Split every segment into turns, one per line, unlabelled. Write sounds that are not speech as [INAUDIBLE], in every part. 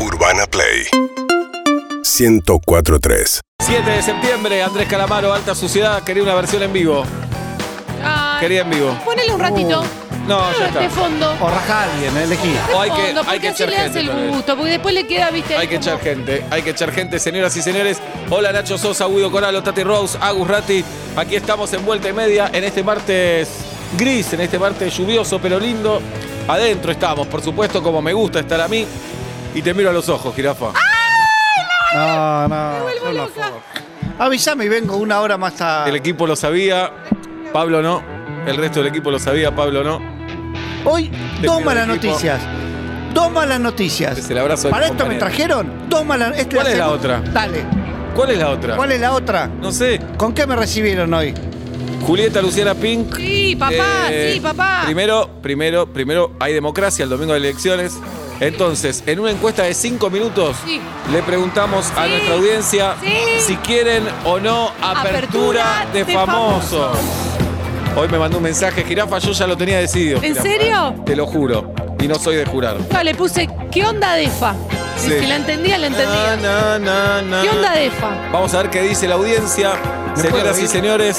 Urbana Play 104.3
7 de septiembre, Andrés Calamaro, Alta Sociedad, quería una versión en vivo.
Ay,
Quería en vivo.
Ponele un ratito.
No, ya
De
está.
fondo.
O raja a alguien,
eh,
elegí.
De
O hay que-
fondo,
hay que
porque así
echar
le das
gente
el
también.
gusto, porque después le queda, viste, ahí
Hay que
como-
echar gente, hay que echar gente, señoras y señores. Hola Nacho Sosa, Guido Coralo, Tati Rose, Agus Ratti. Aquí estamos en vuelta y media en este martes gris, en este martes lluvioso pero lindo. Adentro estamos, por supuesto, como me gusta estar a mí. Y te miro a los ojos, jirafa.
Ah. No, no.
vuelvo
no
loca.
Avísame y vengo una hora más
El
tarde.
equipo lo sabía, Pablo no. El resto del equipo lo sabía, Pablo no.
Hoy, dos
pido
malas
al equipo.
noticias. Dos malas noticias.
Es el abrazo del
Para esto me
compañero.
trajeron dos malas esta
¿Cuál es la
segunda.
otra?
Dale.
¿Cuál es la otra?
¿Cuál es la otra?
No sé.
¿Con qué me recibieron hoy?
Julieta Luciana Pink.
Sí, papá,
Eh,
sí, papá.
Primero, primero, primero, hay democracia el domingo de elecciones. Entonces, en una encuesta de cinco minutos,
Sí.
le preguntamos a
Sí.
nuestra audiencia
Sí.
si quieren o no apertura,
Apertura
de,
de
famosos.
famosos.
Hoy me mandó un mensaje, Jirafa, yo ya lo tenía decidido.
¿En
jirafa,
serio?
eh. Te lo juro. Y no soy de jurar.
No, le puse, ¿qué onda de fa? Y
Sí. Ah,
Si la entendía, la entendía.
Na, na, na, na.
¿Qué onda de fa?
Vamos a ver qué dice la audiencia. Señoras y señores,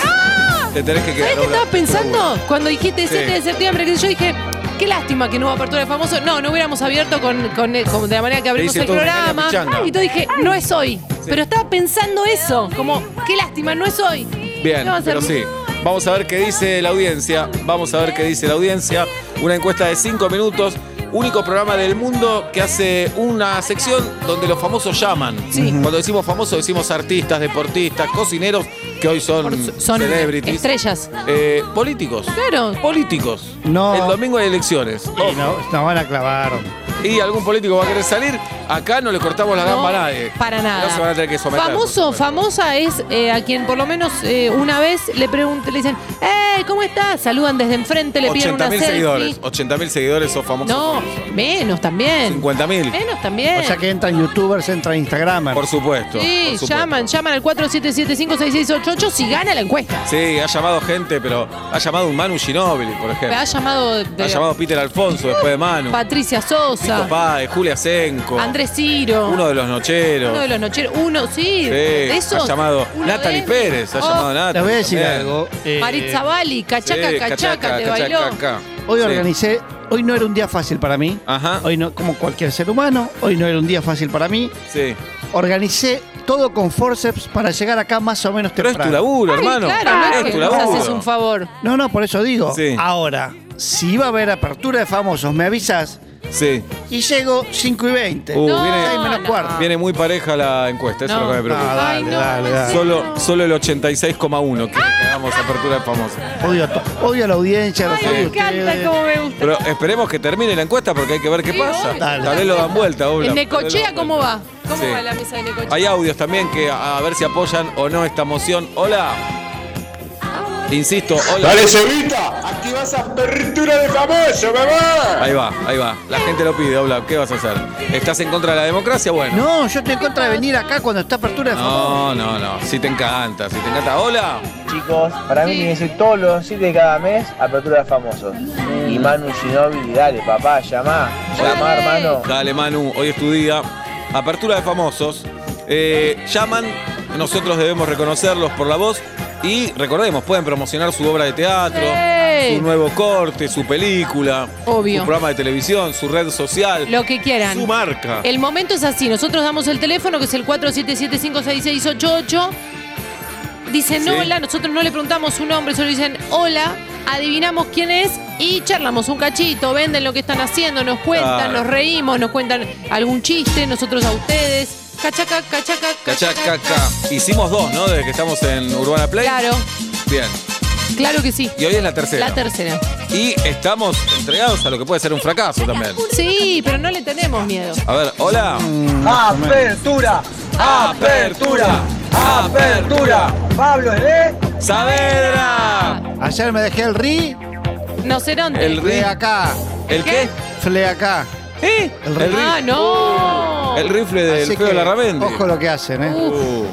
te tenés que quedar.
¡Ah! ¿Sabés qué
ahora.
estabas pensando? Cuando dijiste
Sí.
7 de septiembre, que yo dije, qué lástima que no hubo apertura de famoso. No, no hubiéramos abierto con, con- con- de la manera que abrimos
hice
el
todo un engaño
programa. Ah,
pichanga.
Y tú dije, no es hoy. Pero estaba pensando eso, como, qué lástima, no es hoy.
Bien,
¿Qué va a hacer?
pero sí. Vamos a ver qué dice la audiencia. Vamos a ver qué dice la audiencia. Una encuesta de 5 minutos. Único programa del mundo que hace una sección donde los famosos llaman. Cuando decimos famosos decimos artistas, deportistas, cocineros, que hoy
Por
son,
su- son
celebrities.
estrellas.
Eh, políticos.
Claro.
Políticos.
No.
El domingo hay elecciones.
Y no- Nos van a clavar.
Y algún político va a querer salir. Acá no le cortamos la gamba
No,
a nadie.
Para nada.
No se van a tener que someter.
Famoso,
por supuesto.
famosa es eh, a quien por lo menos eh, una vez le pregunté, le dicen, ¡eh, ¿cómo estás? Saludan desde enfrente, le piden una
80.000
selfie.
seguidores. 80.000 seguidores o famosos.
No, menos también.
50.000.
Menos también.
O sea que entran youtubers, entran instagramers.
Por supuesto.
Sí,
por supuesto.
llaman, llaman al 47756688 si gana la encuesta.
Sí, ha llamado gente, pero ha llamado un Manu Ginóbili, por
Me
ejemplo.
ha llamado de-
Ha llamado Peter Alfonso después de Manu.
Patricia
Pico
Sosa,
Páez, Julia Senco.
Andrés Ciro,
Uno de los nocheros.
uno de los nocheros, uno, sí,
Sí,
de
ha
esos,
llamado
uno
Natalie
de-
Pérez. Ha
Oh,
llamado Natalie.
Les voy a decir
también.
algo. eh,
Maritza Bali,
Sí,
cachaca, cachaca, te bailó.
cachaca.
Hoy
Sí. Ah.
organicé, hoy no era un día fácil para mí.
Ajá.
Hoy no, como cualquier ser humano, hoy no era un día fácil para mí.
Sí.
Organicé todo con forceps para llegar acá más o menos
Pero es
temprano.
tu laburo,
Ay,
hermano.
claro, no es
es
que
tu
nos
laburo.
haces un favor.
No, no, por eso digo.
Sí.
Ahora, si iba a haber apertura de famosos, me avisas
Sí.
y llego 5 y 20.
Uh,
No,
viene-
Seis menos
no.
cuarto.
Viene muy pareja la encuesta, eso
No.
es lo que me preocupa.
Ah,
Ay,
dale,
no, Ah.
dale, dale.
Solo, solo el 86,1 que damos apertura de famosos.
Odio, a to- odio a la audiencia, los
Ay, me
odio a
encanta
ustedes.
cómo me gusta.
Pero esperemos que termine la encuesta porque hay que ver qué
Sí,
pasa.
obvio.
Dale.
Tal vez lo dan vuelta, obvio. Tal
¿En
vez
Necochea
lo dan
cómo
vuelta.
va? ¿Cómo
Sí.
va la mesa de Necochea?
Hay audios también que a, a ver si apoyan o no esta moción. Hola. Insisto, hola.
Dale, Cevita, activa esa apertura de famoso, mamá.
Ahí va, ahí va. La gente lo pide, hola. ¿Qué vas a hacer? ¿Estás en contra de la democracia? Bueno.
No, yo estoy en contra de venir acá cuando está apertura de
No,
famosos.
no, no. Si te encanta, si te encanta. Hola.
Chicos, para mí
Sí.
tiene que ser todos los 7 de cada mes apertura de famosos. Y Manu Ginóbili, dale, papá, llama, llama,
Dale.
hermano.
Dale, Manu, hoy es tu día. Apertura de famosos. Eh, llaman, nosotros debemos reconocerlos por la voz. Y recordemos, pueden promocionar su obra de teatro,
Sí.
su nuevo corte, su película,
Obvio.
su programa de televisión, su red social,
Lo que quieran.
su marca.
El momento es así, nosotros damos el teléfono que es el 47756688. Dicen
Sí.
hola, nosotros no le preguntamos su nombre, solo dicen hola, adivinamos quién es y charlamos un cachito, venden lo que están haciendo, nos cuentan,
Claro.
nos reímos, nos cuentan algún chiste, nosotros a ustedes. Cachaca, cachaca,
Cachacaca. Hicimos dos, ¿no? Desde que estamos en Urbana Play.
Claro,
Bien.
claro que sí.
Y hoy es la tercera.
La tercera.
y estamos entregados a lo que puede ser un fracaso también.
Sí, pero no le tenemos miedo.
A ver, hola.
Apertura,
Apertura, apertura.
Pablo, ¿eh?
Saavedra.
Ayer me dejé el ri,
Noceronte.
El ri.
fle acá,
¿El qué?
¿Qué?
fle acá.
¿Eh? El,
El
rifle.
Ah, no.
Uh. El rifle del
Así
feo
que,
Larramendi.
Ojo lo que hacen, ¿eh?
Uf.
Uh,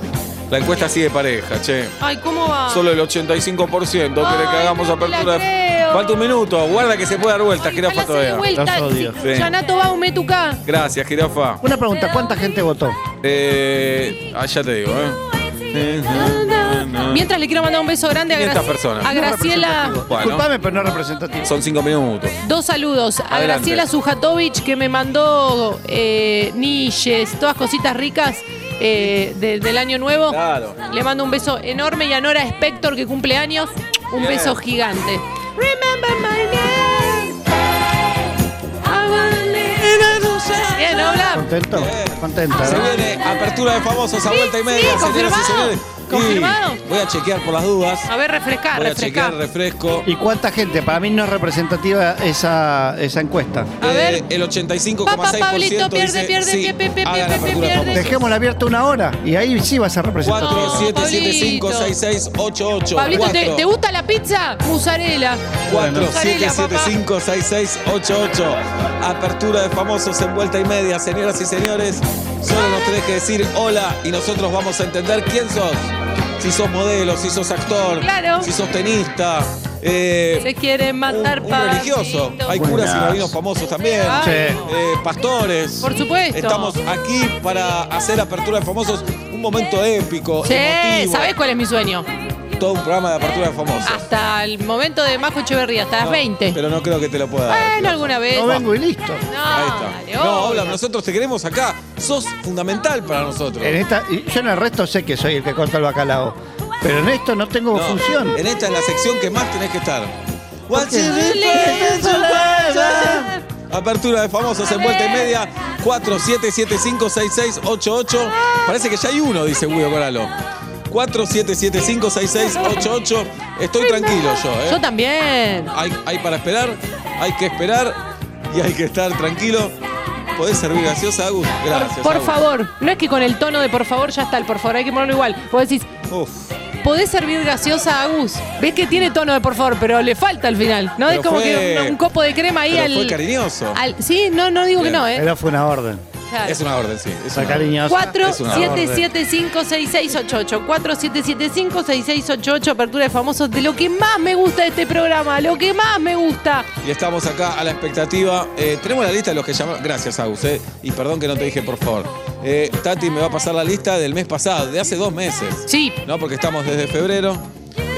la encuesta sigue pareja, che.
Ay, ¿cómo va?
Solo el 85% quiere que
Ay,
hagamos
no me la
apertura. de-
creo. Claro.
Falta un minuto, guarda que se puede dar vueltas, jirafa
Ojalá se dé
todavía.
vuelta.
Los odio.
Sí.
Yanato Baume, tu K.
Gracias, jirafa.
Una pregunta, ¿cuánta gente votó?
Eh, ah, ya te digo, ¿eh? Eh, eh, eh, eh.
Mientras le quiero mandar un beso grande a,
500
Graci-
personas.
a Graciela.
Bueno,
Disculpame, pero no representativo.
son cinco minutos.
Dos saludos. A
Adelante.
Graciela Sujatovic que me mandó eh, niches, todas cositas ricas eh, de- del año nuevo.
Claro.
Le mando un beso enorme y a Nora Spector que cumple años. Un
Bien.
beso gigante. Remember my name. I wanna live in a sunshine. Bien, hola.
¿Contento? Contenta,
Se
¿no?
viene apertura de famosos a vuelta y media, señoras y
sí, confirmado.
señores. Y
Confirmado. Ah,
voy a chequear por las dudas.
A ver, refrescar,
Voy a chequear,
refrescar.
refresco.
¿Y cuánta gente? Para mí no es representativa esa, esa encuesta.
A
Eh,
ver.
el 85,6%
Papá Pablito, pierde,
dice,
pierde,
sí,
pie, pie, pie,
hagan
pie,
apertura
pie,
de famosos.
Dejémosla abierta una hora y ahí sí vas a representar.
No,
4, 7, 7, 5,
Pablito.
6, 6, 8, 8.
Pablito, ¿te, te gusta la pizza? Musarela.
4, 7,
Mozzarella,
7,
papá.
5, 6, 6, 8, 8. Apertura de famosos en vuelta y media, señoras y señores. Solo nos tenés que decir hola y nosotros vamos a entender quién sos. Si sos modelo, si sos actor,
Claro.
si sos tenista. eh,
Se quieren matar
un, un
Pablito.
religioso. Hay curas y rabinos famosos también.
Ah.
Sí.
Eh, pastores.
Por supuesto.
Estamos aquí para hacer apertura de famosos. Un momento épico.
Che,
emotivo.
¿sabés cuál es mi sueño?
Todo un programa de apertura de famosos.
Hasta el momento de Majo Echeverría, hasta las
No,
20.
Pero no creo que te lo pueda dar.
bueno, alguna vez.
No vengo y listo.
No,
Ahí está.
dale,
no,
obvio.
habla, nosotros te queremos acá. Sos fundamental para nosotros.
En esta, y yo en el resto sé que soy el que corta el bacalao. Pero en esto no tengo
No,
función.
este-
En esta es la sección que más tenés que estar. What's
qué?
in it for you? Apertura de famosos en vuelta y media 47756688. Parece que ya hay uno, dice Guido Coralo. 47756688. Estoy tranquilo yo, ¿eh?
Yo también.
Hay, hay para esperar, hay que esperar y hay que estar tranquilo. ¿Podés servir gaseosa, Agus? Gracias.
Por
Agus.
favor, no es que con el tono de por favor ya está el por favor, hay que ponerlo igual. Vos decís,
Uf.
podés servir gaseosa a Gus. Ves que tiene tono de por favor, pero le falta al final. No
Pero
es como
fue-
que un, un copo de crema ahí
Pero
al,
fue cariñoso.
al- Sí, no, no digo
Bien.
que no, ¿eh?
Pero fue una orden.
Claro.
Es una orden, sí. Es una
Esa
orden.
cariñosa.
4
Es una
7
orden.
7 5 6 6 8 8 4 7 7 5 6 6 8 8 Apertura de famosos De lo que más me gusta de este programa Lo que más me gusta
Y estamos acá a la expectativa. Eh, tenemos la lista de los que llamaron. Gracias, Agus. eh. Y perdón que no te dije, por favor. Eh, Tati me va a pasar la lista del mes pasado, de hace dos meses.
Sí
No, porque estamos desde febrero.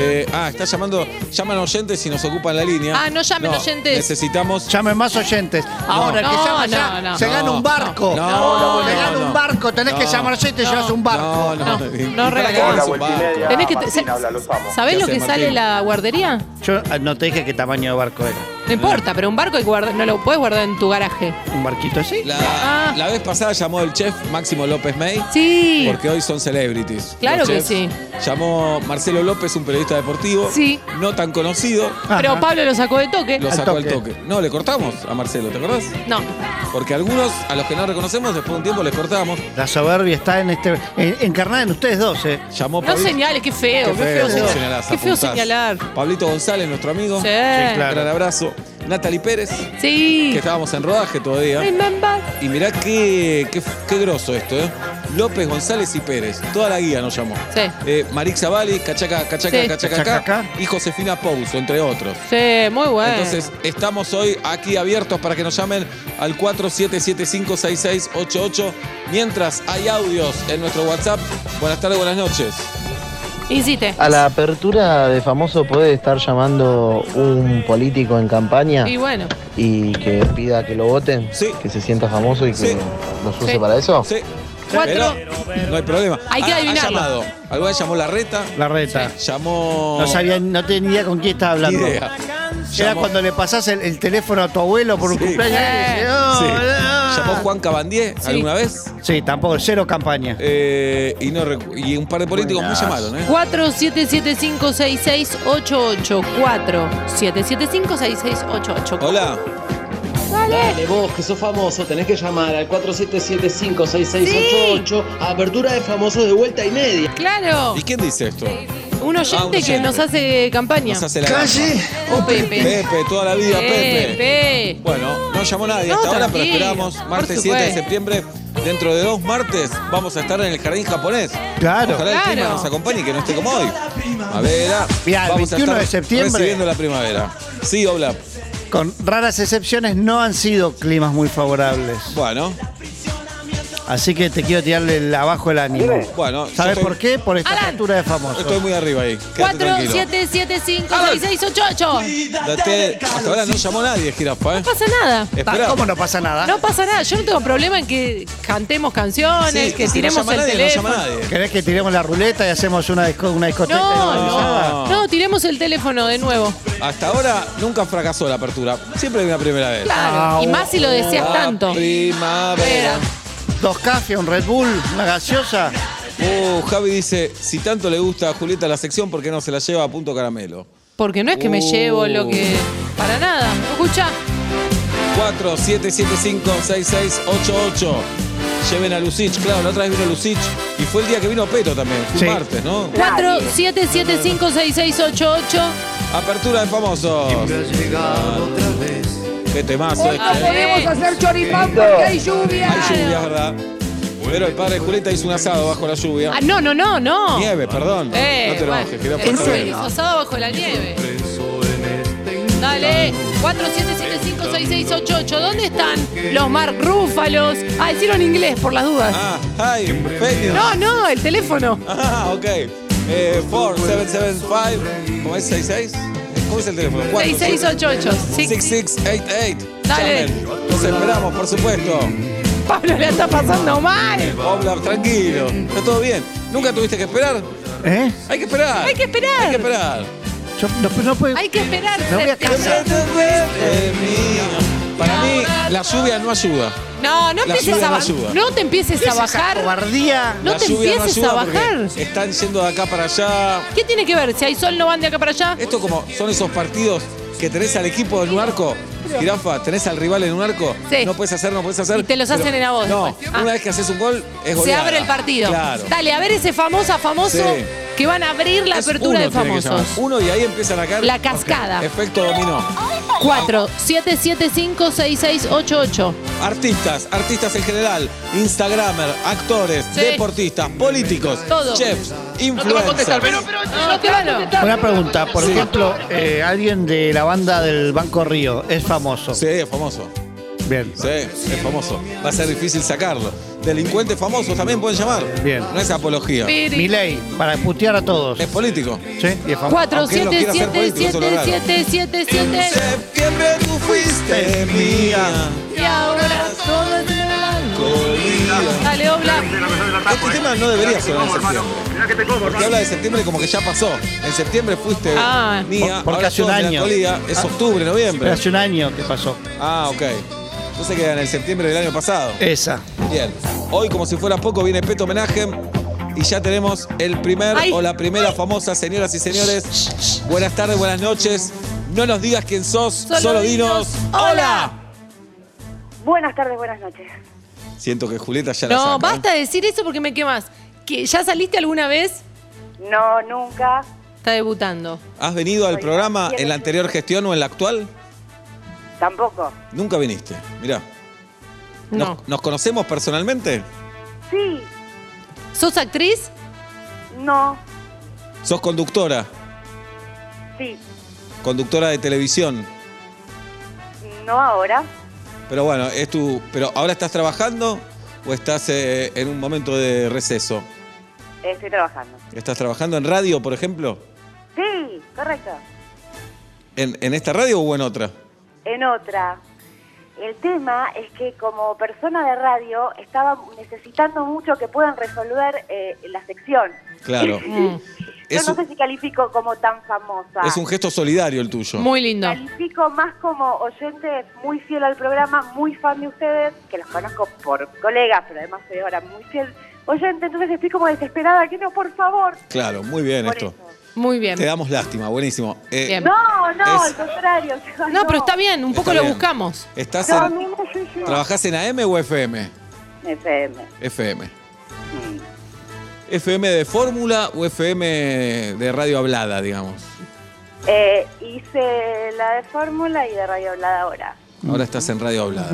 Eh, ah, está llamando. Llaman oyentes y nos ocupan la línea.
Ah, no llamen oyentes.
Necesitamos.
Llamen más oyentes. Ahora, el que
No,
llama
no,
ya
no.
se gana
No.
un barco.
No, no,
se
no,
gana
no.
un barco. Tenés que
No.
llamar y te
No.
llevas un barco.
No, no,
No,
¿Y
no
para qué
regalamos.
haces
Hola,
un
vuelta y
barco?
media.
Tenés que
Martín
sa-
habla, los amo.
¿Sabés
¿Qué
lo que
haces,
sale
Martín?
la guardería?
Yo ah, no te dije qué tamaño de barco era.
No importa, pero un barco hay que guardar- no lo puedes guardar en tu garaje.
¿Un barquito así?
La,
Ah.
la vez pasada llamó el chef Máximo López May.
Sí.
Porque hoy son celebrities.
Claro
Los
que
chefs.
sí.
Llamó Marcelo López, un periodista deportivo.
Sí.
No tan conocido.
Pero
Ajá.
Pablo lo sacó de toque.
Lo
Al
sacó al
toque.
toque. No, le cortamos a Marcelo, ¿te acordás?
No.
Porque algunos, a los que no reconocemos, después de un tiempo les cortamos.
La soberbia está en este, en- encarnada en ustedes dos, ¿eh?
Llamó
No
Pablito-
señales, qué feo, qué feo,
cómo
señalar.
señalás,
Qué feo
apuntás.
señalar.
Pablito González, nuestro amigo.
Sí.
claro.
Gran abrazo. Natalie Pérez, que
Sí.
estábamos en rodaje todavía.
Remember.
Y mirá qué, qué, qué grosso esto, ¿eh? López, González y Pérez. Toda la guía nos llamó.
Sí.
Eh, Marix Zavali, Cachaca, Cachaca,
Sí.
Cachaca,
Cachaca.
y Josefina Pouso, entre otros.
Sí, muy bueno.
Entonces, estamos hoy aquí abiertos para que nos llamen al 47756688. Mientras hay audios en nuestro WhatsApp, buenas tardes, buenas noches.
Insiste.
A la apertura de famoso puede estar llamando un político en campaña
Y bueno.
y que pida que lo voten,
Sí.
que se sienta famoso y que
Sí.
los use
Sí.
para eso.
Sí.
Cuatro.
Pero No hay problema. Ah,
Hay que
Ha- ha
adivinarlo.
llamado. Alguna llamó la reta,
La reta.
llamó.
No sabía, no tenía idea con quién estaba
Ni
hablando.
idea.
Era
Llamó-
cuando le pasás el, el teléfono a tu abuelo por un
Sí.
cumpleaños. y dice, "Oh,
Sí.
hola".
Llamó Juan Cabandier
Sí.
alguna vez.
Sí, tampoco, cero campaña.
Eh, y, no recu- y un par de políticos muy llamaron, ¿eh?
47756688 47756688
Hola.
Dale vos, que sos famoso, tenés que llamar al 47756688, apertura de famosos de vuelta y media.
Claro,
¿Y quién dice esto?
un oyente,
Ah, un oyente.
que nos hace campaña.
Nos hace la gamba.
O Oh, Pepe.
Pepe, toda la vida, Pepe.
Pepe.
Bueno, no llamó nadie hasta
No,
ahora, pero
tranquilo,
esperamos.
por
Martes 7 de
supuesto.
septiembre, dentro de dos martes, vamos a estar en el jardín japonés.
Claro.
Ojalá el
Claro.
clima nos acompañe y que no esté como hoy. Primavera.
Mirá, el
vamos a
21 de
estar
septiembre.
Recibiendo la primavera. Sí, Oblap.
Con raras excepciones no han sido climas muy favorables.
Bueno,
Así que te quiero tirarle el- abajo el ánimo.
bueno. yo
¿Sabes
estoy-
por qué? Por esta
Alan.
cultura de famosos.
Estoy muy arriba ahí. Quédate
4,
tranquilo.
7, 7, 5, 6, 6, 8, 8. No
Date- hasta ahora no llamó nadie, jirafa, ¿eh?
pasa nada.
Ta-
Espera.
¿Cómo no pasa nada?
No pasa nada. Yo no tengo problema en que cantemos canciones,
Sí,
que
si
tiremos
no
el
llama nadie,
teléfono.
No llama nadie.
¿Querés que tiremos la ruleta y hacemos una, disco- una discoteca?
No,
improvisada?
no, no, tiremos el teléfono de nuevo.
Hasta ahora nunca fracasó la apertura. Siempre hay una primera vez.
Claro. Y más si lo decías
La
tanto.
Primavera.
Espera.
Dos cafés, un Red Bull, una gaseosa.
Uh, Javi dice, si tanto le gusta a Julieta la sección, ¿por qué no se la lleva a punto caramelo?
Porque no es que me
Uh.
llevo lo que. Para nada. Escucha.
4 7 7 5 6 6 8 8 Lleven a Lucich, claro, la otra vez vino Lucich y fue el día que vino Peto también, fue un
Sí.
martes, ¿no?
4, 7, 7, 5, 6, 6, 8, 8.
Apertura de famosos. Qué temazo este.
Ah,
¿eh?
podemos hacer
choripán
porque hay lluvia.
Hay lluvia, ¿verdad? Pero el padre de Julieta hizo un asado bajo la lluvia.
Ah, no, no, no, no.
Nieve, perdón.
Eh,
no te
bueno.
enojes, quería
El
pasar bien.
sueño asado bajo la nieve. Dale, 47756688. ¿Dónde están los Mark Rúfalos? Ah, hicieron inglés por las dudas.
Ah, hi, Peña.
No, no, el teléfono.
Ah, ok. Eh, 4, 7, 7, 5, ¿cómo es 66? ¿Cómo es el teléfono? 4,
6688. Sí,
6,
sí.
6, 8, 8.
Dale.
Los esperamos, por supuesto.
Pablo la está pasando mal.
Obla, tranquilo. Está todo bien. ¿Nunca tuviste que esperar?
¿Eh?
Hay que esperar.
Hay que esperar.
Hay que esperar.
Yo, no, no puedo-
Hay que esperar.
Me voy a
Sergio.
casa.
Para mí, la lluvia no ayuda.
No, no
La
empieces
lluvia
a
no
bajar.
ayuda.
No te empieces a bajar.
Cobardía.
No
la
te
lluvia no
empieces
ayuda
a bajar.
porque Están yendo de acá para allá.
¿Qué tiene que ver? Si hay sol, no van de acá para allá.
Esto como son esos partidos que tenés al equipo en un arco, jirafa, tenés al rival en un arco,
Sí.
no puedes hacer, no puedes hacer.
Y te los hacen en a vos
No,
después.
una
Ah.
vez que haces un gol, es
Se
goleada.
abre el partido.
Claro.
Dale, a ver ese famoso a famoso
Sí.
que van a abrir la
Es
apertura
uno
de
tiene que
famosos.
llamar. Uno y ahí empiezan a caer.
La cascada.
Ok, Efecto dominó.
4 7 7 5 6 6 8 8.
Artistas, artistas en general, Instagramer, actores,
Sí.
deportistas, políticos,
Todo.
chefs, influencers.
No te van a contestar.
Una pregunta, por
Sí.
ejemplo, eh, alguien de la banda del Banco Río es famoso.
Sí, es famoso.
Bien.
Sí, es famoso. Va a ser difícil sacarlo. Delincuentes famosos también pueden llamar.
Bien.
No es apología.
Milei, para putear a todos.
Es político.
Sí, y es famoso.
4
Aunque él no
7
quiera ser
7
político, eso es
7
lo
7 7 7
septiembre tú fuiste mía.
Y ahora todo es en el alma. Dale, obla.
Este tema no debería sonar en septiembre. Porque habla de septiembre como que ya pasó. En septiembre fuiste
Ah.
mía.
Por- porque
ahora
hace un
sos
año.
melancolía. Es octubre,
Pero
noviembre.
hace un año que pasó.
Ah, ok. Entonces queda en el septiembre del año pasado.
Esa.
Bien. Hoy, como si fuera poco, viene Peto Homenaje. Y ya tenemos el primer
Ay.
o la primera famosa, señoras y señores. Buenas tardes, buenas noches. No nos digas quién sos, solo,
Solo
dinos.
dinos,
¡Hola!
Buenas tardes, buenas noches.
Siento que Julieta ya la saca,
No,
¿eh?
basta de decir eso porque me quemas. ¿Que ¿Ya saliste alguna vez?
No, nunca.
Está debutando.
¿Has venido al programa en la anterior gestión o en la actual?
Tampoco.
Nunca viniste. Mirá. ¿Nos,
No.
nos conocemos personalmente?
Sí,
¿Sos actriz?
no,
¿Sos conductora?
sí.
Conductora de televisión.
No ahora.
Pero bueno, es tu. Pero ahora estás trabajando o estás eh, en un momento de receso.
Estoy trabajando.
¿Estás trabajando en radio, por ejemplo?
Sí, correcto.
¿En, en esta radio o en otra?
En otra. El tema es que como persona de radio estaba necesitando mucho que puedan resolver eh, la sección. [LAUGHS]
Claro.
Mm. Yo
Es
no sé
un,
si califico como tan famosa.
es un gesto solidario el tuyo.
Muy lindo.
Califico más como oyente muy fiel al programa, muy fan de ustedes, que los conozco por colegas, pero además soy ahora muy fiel oyente, entonces estoy como desesperada, que no, por favor.
Claro, muy bien
Por
esto.
eso.
Muy bien.
Te damos lástima, buenísimo. Eh,
Bien.
No, no,
Es-
al contrario. Seba,
No, pero está bien, un
Está
poco lo
bien.
buscamos.
¿Estás
No,
en-
no, no, sí, sí.
¿Trabajás en AM o FM?
FM.
FM.
Mm.
¿FM de fórmula o FM de radio hablada, digamos?
Eh, hice la de fórmula y de radio hablada ahora.
Ahora estás en radio hablada.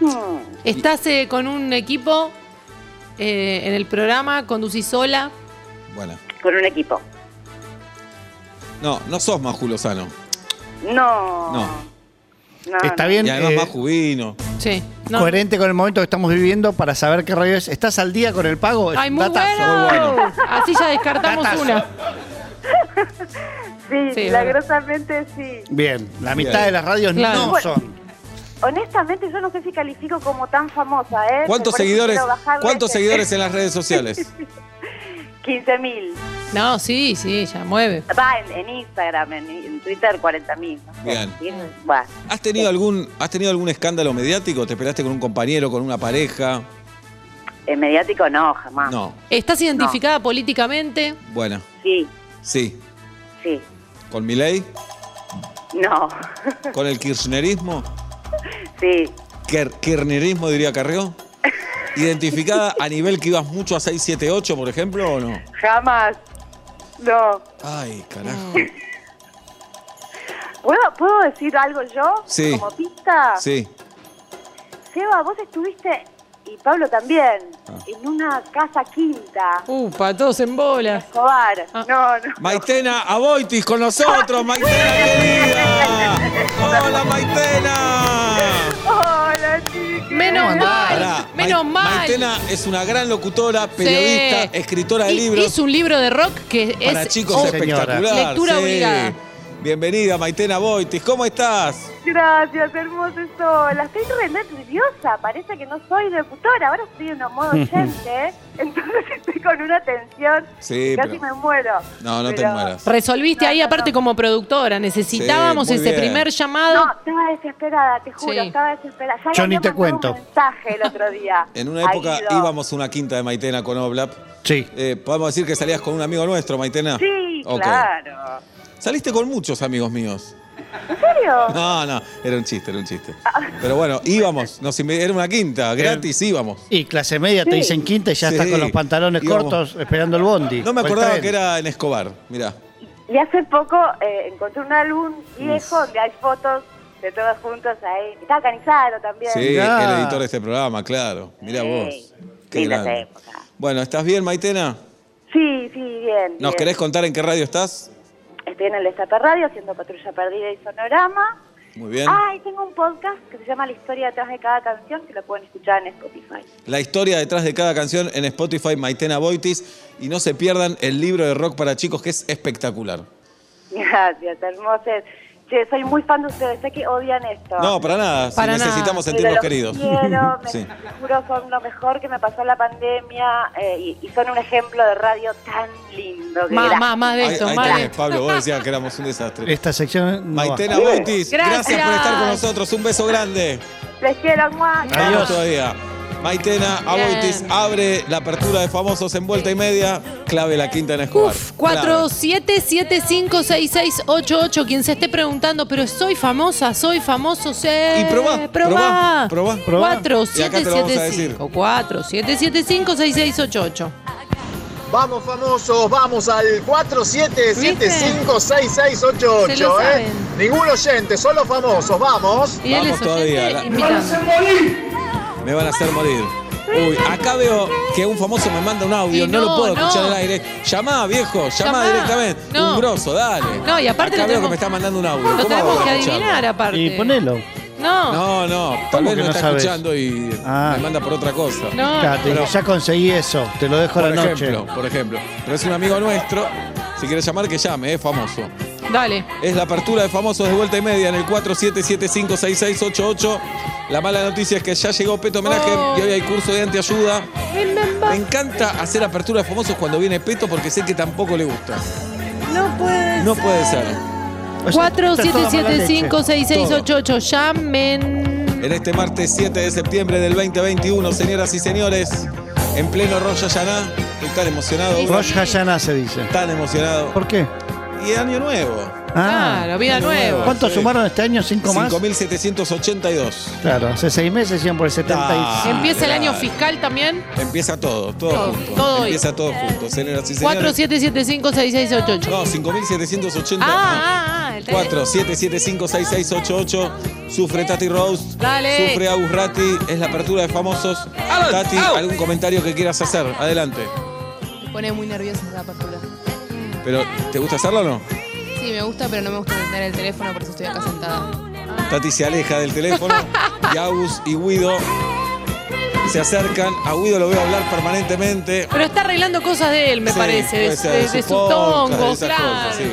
Hmm.
Estás eh, con un equipo eh, en el programa, conducís sola.
Bueno.
Con un equipo.
No, no sos Maju Lozano.
No.
No.
No,
Está
no.
bien.
Y además
eh,
Maju vino.
Sí. no.
Coherente con el momento que estamos viviendo para saber qué radio es. ¿Estás al día con el pago? Es
Ay,
un
muy
datazo.
bueno. Así ya descartamos
Datazo.
una.
Sí,
Sí,
milagrosamente sí.
Bien, la mitad
Bien.
de las radios
Claro.
no son.
Honestamente, yo no sé si califico como tan famosa, ¿eh?
¿Cuántos
Por eso
seguidores,
quiero bajarle
¿cuántos
ese- [LAUGHS]
seguidores en las redes sociales?
15.000.
No, sí, sí, ya mueve.
Va, en, en Instagram, en, en Twitter, 40.000. no sé.
Bien.
Sí, Bueno.
¿Has tenido algún has tenido algún escándalo mediático? ¿Te peleaste con un compañero, con una pareja?
En mediático no, jamás.
No.
¿Estás identificada políticamente?
Bueno,
Sí,
sí.
sí.
¿Con Milei?
No. [LAUGHS]
¿Con el kirchnerismo?
sí.
Ker- ¿Kirchnerismo diría Carrió?
[LAUGHS]
¿Identificada a nivel que ibas mucho a 678, por ejemplo, o no?
Jamás. No.
Ay, carajo.
¿Puedo, ¿Puedo decir algo yo?
Sí.
Como pista.
Sí.
Seba, vos estuviste, y Pablo también,
Ah.
en una casa quinta.
Upa, todos en bola.
Escobar.
Ah.
No, [LAUGHS] no.
Maitena Aboitis con nosotros, Maitena querida. Hola, Maitena.
Hola, chicos.
Menos
Pará,
mal. Menos
Ma-
mal.
Maitena es una gran locutora, periodista,
Sí.
escritora de
Hi-
libros.
Hizo un libro de rock que
Para
es.
chicos
oh,
espectacular.
señora. Lectura obligada.
Bienvenida, Maitena Boitis. ¿Cómo estás?
Gracias, hermoso sol. Estoy re nerviosa. Parece que no soy locutora. Ahora estoy en
[LAUGHS]
modo oyente. Entonces estoy con una tensión.
Sí,
Casi
pero-
me muero.
No, no te
Pero-
mueras.
Resolviste
No,
ahí,
no,
aparte,
no.
como productora. Necesitábamos
Sí, muy
ese
bien.
primer llamado.
No, estaba desesperada, te juro,
Sí.
estaba desesperada. Ya
Yo
le
ni
había
te
mandado
cuento.
un mensaje el otro día.
[LAUGHS] En una época
A Guido.
íbamos a una quinta de Maitena con Oblap.
Sí.
Eh, Podemos decir que salías con un amigo nuestro, Maitena.
Sí,
Ok.
claro.
Saliste con muchos amigos míos.
¿En serio?
No, no, era un chiste, era un chiste. Pero bueno, íbamos, nos invi- era una quinta, gratis íbamos.
Y clase media te dicen quinta y ya
Sí.
estás con los pantalones
Íbamos.
cortos esperando el bondi.
No me
o el
acordaba
tren.
que era en Escobar, mirá.
Y hace poco eh, encontré un álbum viejo donde hay fotos de todos juntos ahí. Estaba Canizaro también.
Sí,
Mirá.
el editor de este programa, claro. Mirá
Sí.
vos. Qué
Linda
grande.
esa época.
Bueno, ¿estás bien, Maitena?
Sí, sí, bien.
¿Nos
bien.
querés contar en qué radio estás?
Estoy en el Destape Radio haciendo Patrulla Perdida y Sonorama.
Muy bien.
Ah, y tengo un podcast que se llama La historia detrás de cada canción, que lo pueden escuchar en Spotify. [LAUGHS]
La historia detrás de cada canción en Spotify, Maitena Boitis. Y no se pierdan el libro de rock para chicos, que es espectacular.
Gracias, hermosas. Che, soy muy fan de ustedes, sé que odian esto.
No, para nada. si
Para nada.
necesitamos
Pero
sentirnos
los
queridos. [LAUGHS]
Quiero, me
Sí.
juro, son lo mejor que me pasó la pandemia eh, y, y son un ejemplo de radio tan lindo. que
Más,
gracias.
más, más de
Ahí,
esto.
ahí
más de
tenés,
esto.
Pablo. Vos decías que éramos un desastre.
Esta sección. no va.
Maitena Boitis, gracias.
Gracias.
por estar con nosotros. Un beso grande.
Les quiero, muah.
Vamos todavía. Maitena Aboitis
Bien.
abre la apertura de famosos en vuelta y media. Clave la quinta en Escobar.
Uf,
Clave.
47756688. Quien se esté preguntando, pero soy famosa, soy famoso, sé.
Y probá,
probá.
probá, probá,
probá.
Y acá te lo vamos a decir.
4775 47756688.
Vamos famosos, vamos al
Se lo
47756688, ¿eh?
saben.
Ningún oyente, solo famosos, vamos.
Y él
Vamos
es
todavía,
oyente
la-
invitado.
Me van a hacer morir. Uy, acá veo que un famoso me manda un audio,
Y
no, lo
no,
puedo escuchar
no.
al aire. Llamá, viejo, llamá,
Llamá.
directamente.
No.
Un grosso, dale.
No, y aparte
acá
lo
veo que
tenemos-
me está mandando un audio.
Lo
¿Cómo
tenemos
hago
que
para escucharlo?
adivinar aparte.
Y ponelo.
No.
No, no, tal
¿Cómo
vez no
que no
está
sabes?
escuchando y
Ah.
me manda por otra cosa.
No.
Claro, te digo, ya conseguí eso, te lo dejo a
Por
la noche.
ejemplo, por ejemplo. Pero es un amigo nuestro. Si quiere llamar, que llame, es famoso.
Dale.
Es la apertura de famosos de vuelta y media en el 47756688. La mala noticia es que ya llegó Peto Homenaje
Oh.
y hoy hay curso de antiayuda. Me encanta hacer apertura de famosos cuando viene Peto porque sé que tampoco le gusta.
No puede
No puede ser.
O sea, estás toda mala leche.
47756688. Llamen.
En este martes 7 de septiembre del 2021, señoras y señores, en pleno Rosh Hashanah, estoy tan emocionado,
Sí.
Rosh Hashanah se dice.
tan emocionado.
¿Por qué?
Y año nuevo,
Ah.
Claro, vida nueva.
¿Cuántos
Sí.
sumaron este año? ¿Cinco más?
5782.
Claro, hace seis meses iban por el 75.
Ah,
Empieza el año
claro.
fiscal también.
Empieza todo, todo,
Todo,
junto.
todo hoy.
Empieza todo junto, señoras y señores.
47756688.
No, 5780.
Ah, ah, ah, el
47756688 Sufre Tati Rose.
Dale.
Sufre Agus Ratti. Es la apertura de famosos. Tati, algún comentario que quieras hacer. Adelante.
Me pone muy nerviosa esa apertura.
Pero, ¿te gusta hacerlo o no?
Sí, me gusta, pero no me gusta tener el teléfono, por eso estoy acá sentada.
Tati se aleja del teléfono y Agus y Guido se acercan. A Guido lo veo hablar permanentemente.
Pero está arreglando cosas de él, me
Sí,
parece.
puede
De,
ser,
de- de sus
podcast, de
tongos,
esas
claro.
cosas, sí.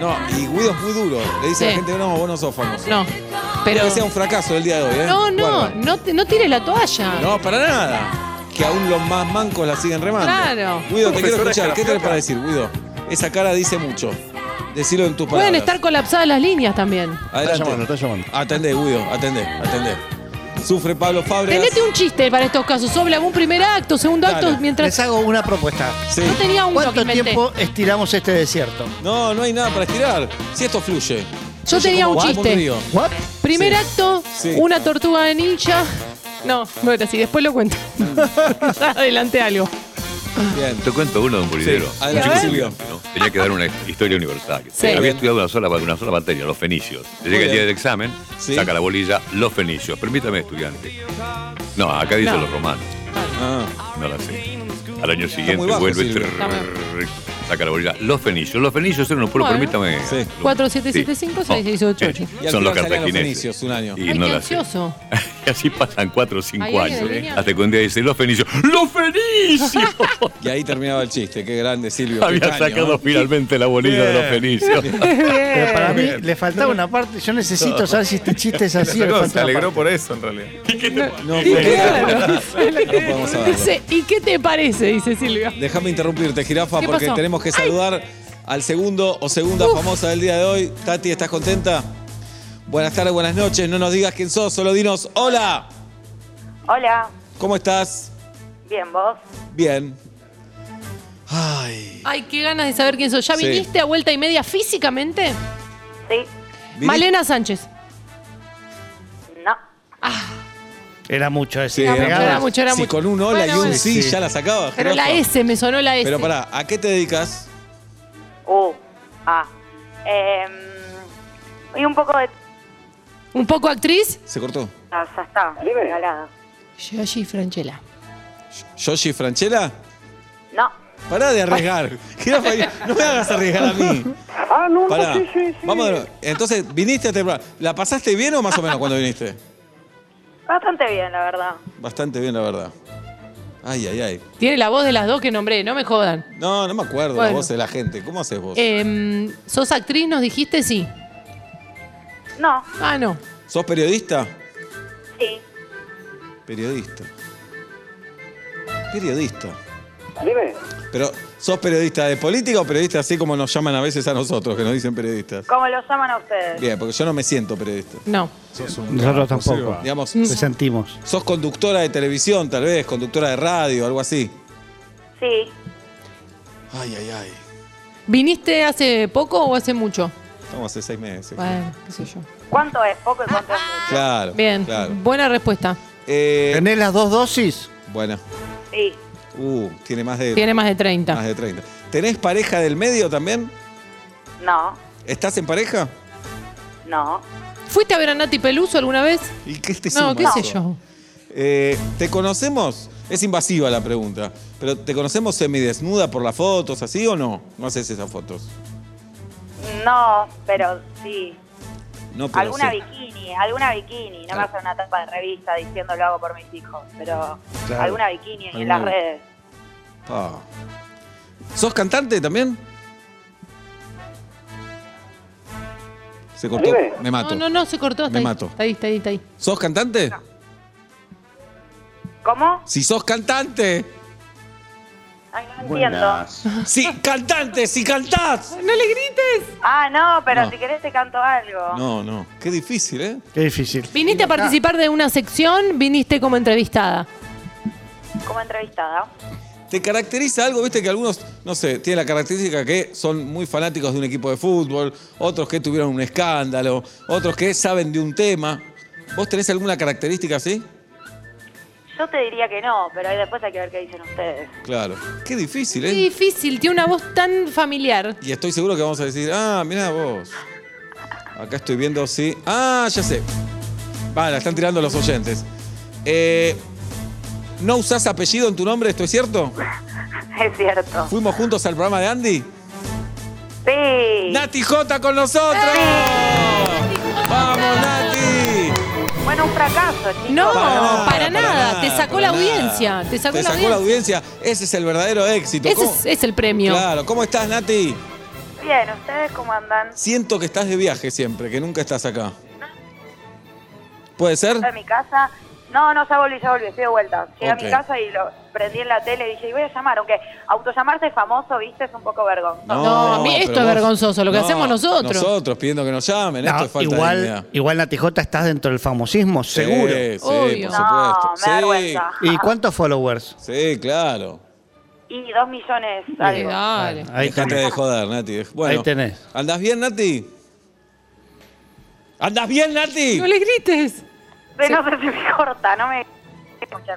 No, y Guido es muy duro. Le dice a la
Sí.
gente, no, vos no sos famoso.
No,
Pero
pero.
que sea un fracaso el día de hoy, ¿eh?
No, no,
Guarda.
no, te- no tires la toalla.
No, para nada. Que aún los más mancos la siguen remando.
Claro.
Guido, te quiero
Profesora
escuchar. ¿Qué tenés
escarapioca.
para decir, Guido? Esa cara dice mucho. Decilo en tus palabras.
Pueden estar colapsadas las líneas también.
Está
Adelante.
llamando, está llamando.
Atendé, Guido, atendé, atendé. Sufre Pablo Fábregas.
Tenete un chiste para estos casos. Sobla un primer acto, segundo
Dale.
acto, mientras.
Les hago una propuesta.
Sí.
No tenía uno que
¿Cuánto
inventé.
tiempo estiramos este desierto?
No, no hay nada para estirar. Si esto fluye.
Yo tenía un
como un
chiste.
río.
¿What?
Primer
Sí.
acto,
Sí.
una tortuga de ninja. No, no era así, después
[LAUGHS]
lo cuento. Adelante algo. Ah.
Bien.
Te cuento uno de un bulinero.
Sí, adelante,
Un chico
Silvio.
estudiante, ¿no? Tenía que dar una historia universitaria.
Sí.
Había estudiado una sola, una sola materia, los fenicios. Le llega el
bien.
día del examen,
Sí.
saca la bolilla, los fenicios. Permítame, estudiante. No, acá dice
No.
los romanos.
Ah,
No la sé. Al año siguiente
muy bajo,
vuelve,
Silvio.
trrr,
Está
saca la bolilla. Los fenicios. Los fenicios eran un pueblo,
Bueno.
permítame.
Sí.
alumno.
4775, 6688.
No.
Y al
Son
final salían
los
los
cartagineses.
fenicios un año.
Y
Ay,
no
qué
la sé.
ansioso.
[LAUGHS] Y así pasan cuatro o cinco
Ahí hay
años.
adivina.
Hasta que un día dice, los fenicios. ¡Los
[LAUGHS]
fenicios!
Y ahí terminaba el chiste. Qué grande, Silvio. qué
Había
caño,
sacado
¿eh?
finalmente la bolilla de los fenicios.
Pero para mí le faltaba una parte. Yo necesito saber si este chiste es así o le
Sacó, se
falta una
alegró
parte.
por eso, en realidad.
No,
Y
podemos-
claro,
[LAUGHS] no podemos saberlo.
dice, ¿y qué te parece? Dice Silvia.
Déjame interrumpirte, jirafa,
¿Qué
porque
pasó?
tenemos que saludar al segundo o segunda famosa del día de hoy. Tati, ¿estás contenta? Buenas tardes, buenas noches. No nos digas quién sos, solo dinos hola.
Hola,
¿Cómo estás?
bien, vos.
Bien. Ay.
Ay, qué ganas de saber quién sos. ¿Ya
Sí.
viniste a vuelta y media físicamente?
Sí,
¿viniste?
Malena Sánchez.
no.
Era mucho
Sí,
ese.
era
mucho, era
Pegabas.
mucho, era
Sí,
mucho.
con un hola
Bueno,
y un
bueno.
sí,
Sí.
ya la sacabas.
Pero la
jirafa.
S, me sonó la S.
Pero pará, ¿a qué te dedicas?
U, A. Eh, Ah. y un poco de...
Un poco actriz.
Se cortó.
Ah, ya está, regalada.
Gigi Franchella.
¿Yoshi Franchella?
No,
Pará de arriesgar.
Ah.
Jirafa, no me hagas arriesgar a
[LAUGHS]
mí.
Ah, no,
Pará. Vamos de nuevo. Entonces, viniste a temprano. ¿La pasaste bien o más o menos cuando viniste?
bastante bien, la verdad.
Bastante bien, la verdad. Ay, ay, ay.
Tiene la voz de las dos que nombré, no me jodan.
No, no me acuerdo la
Bueno.
voz de la gente. ¿Cómo haces vos?
Em, ¿Sos actriz? Nos dijiste sí.
No,
Ah, no.
¿Sos periodista?
sí.
Periodista. Periodista.
Dime.
Pero, ¿sos periodista de política o periodista así como nos llaman a veces a nosotros, que nos dicen periodistas?
¿Cómo lo llaman a ustedes?
Bien, porque yo no me siento periodista.
No.
Nosotros tampoco.
Digamos,
Mm.
Lo sentimos.
sos conductora de televisión, tal vez, conductora de radio, algo así.
Sí,
Ay, ay, ay.
¿Viniste hace poco o hace mucho?
Estamos hace seis meses.
Bueno, qué sé yo.
¿cuánto es poco y cuánto es
Ah,
mucho?
Claro.
Bien,
Claro.
buena respuesta.
Eh,
¿Tenés las dos dosis?
bueno.
Sí,
Uh, tiene más de,
Tiene más de 30.
más de 30. ¿Tenés pareja del medio también?
no,
¿Estás en pareja?
no,
¿Fuiste a ver a Nati Peluso alguna vez?
¿Y qué te
No,
suma
qué
eso?
sé yo.
Eh, ¿Te conocemos? Es invasiva la pregunta. Pero ¿te conocemos semidesnuda por las fotos, así o no? No haces esas fotos.
no, pero sí.
No, pero
Alguna
sí.
bikini, alguna bikini. No me
Claro.
hacen una tapa de revista diciendo lo hago por mis hijos, pero
Claro.
alguna bikini en
Alguna-
las redes.
Ah. ¿Sos cantante también? Se cortó.
Dime.
Me mato.
No, no, no, se cortó. Está
Me
ahí.
mato.
Está ahí, está ahí, está ahí.
¿Sos cantante?
¿Cómo?
Si sos cantante.
Ay, no entiendo.
Sí,
[LAUGHS]
cantante, si cantás.
¡No le grites!
Ah, no, pero
No.
si querés te canto algo.
No, no. Qué difícil, ¿eh?
Qué difícil.
Viniste a participar de una sección, viniste como entrevistada.
Como entrevistada.
¿Te caracteriza algo? Viste que algunos, no sé, tienen la característica que son muy fanáticos de un equipo de fútbol, otros que tuvieron un escándalo, otros que saben de un tema. ¿Vos tenés alguna característica así?
Yo te diría que no, pero ahí después hay que ver qué dicen ustedes. [LAUGHS]
Claro. Qué difícil,
Qué
¿eh?
difícil, tiene una voz tan familiar.
Y estoy seguro que vamos a decir, ah, mirá vos. Acá estoy viendo si. Ah, ya sé. Va, la están tirando los oyentes. Eh, ¿No usás apellido en tu nombre? ¿Esto es cierto?
Es cierto.
¿Fuimos juntos al programa de Andy?
Sí.
Nati J con nosotros.
¡Eh!
Vamos, Nati.
Bueno, un fracaso, chicos.
No,
nada,
para, nada. Te sacó la
para nada.
audiencia. Te sacó,
Te
la,
sacó la
audiencia.
audiencia. Ese es el verdadero éxito.
Ese
¿Cómo?
es, es el premio.
Claro, ¿cómo estás, Nati?
Bien, ¿ustedes cómo andan?
Siento que estás de viaje siempre, que nunca estás acá. ¿Puede ser?
¿Estoy en mi casa? No, no, ya volví, ya volví, estoy de vuelta. Llegué
Ok.
a mi casa y lo prendí en la tele y dije, y voy a llamar, aunque autollamarse famoso, viste, es un poco vergonzoso.
No, mi- esto
pero
es vergonzoso, lo que hacemos nosotros.
Nosotros pidiendo que nos llamen, esto
No,
es falta de dignidad.
igual, igual Nati J estás dentro del famosismo, seguro.
Sí, sí,
Obvio.
por supuesto.
No, me da
sí,
vergüenza.
¿Y cuántos followers?
sí, claro.
Y dos millones
Eh,
algo.
Dale.
Ahí
Déjate
tenés.
de joder, Nati. Bueno,
Ahí tenés.
¿Andás bien, Nati? ¿Andás bien, Nati?
No le grites.
Pero no sé si me corta, no me escucha.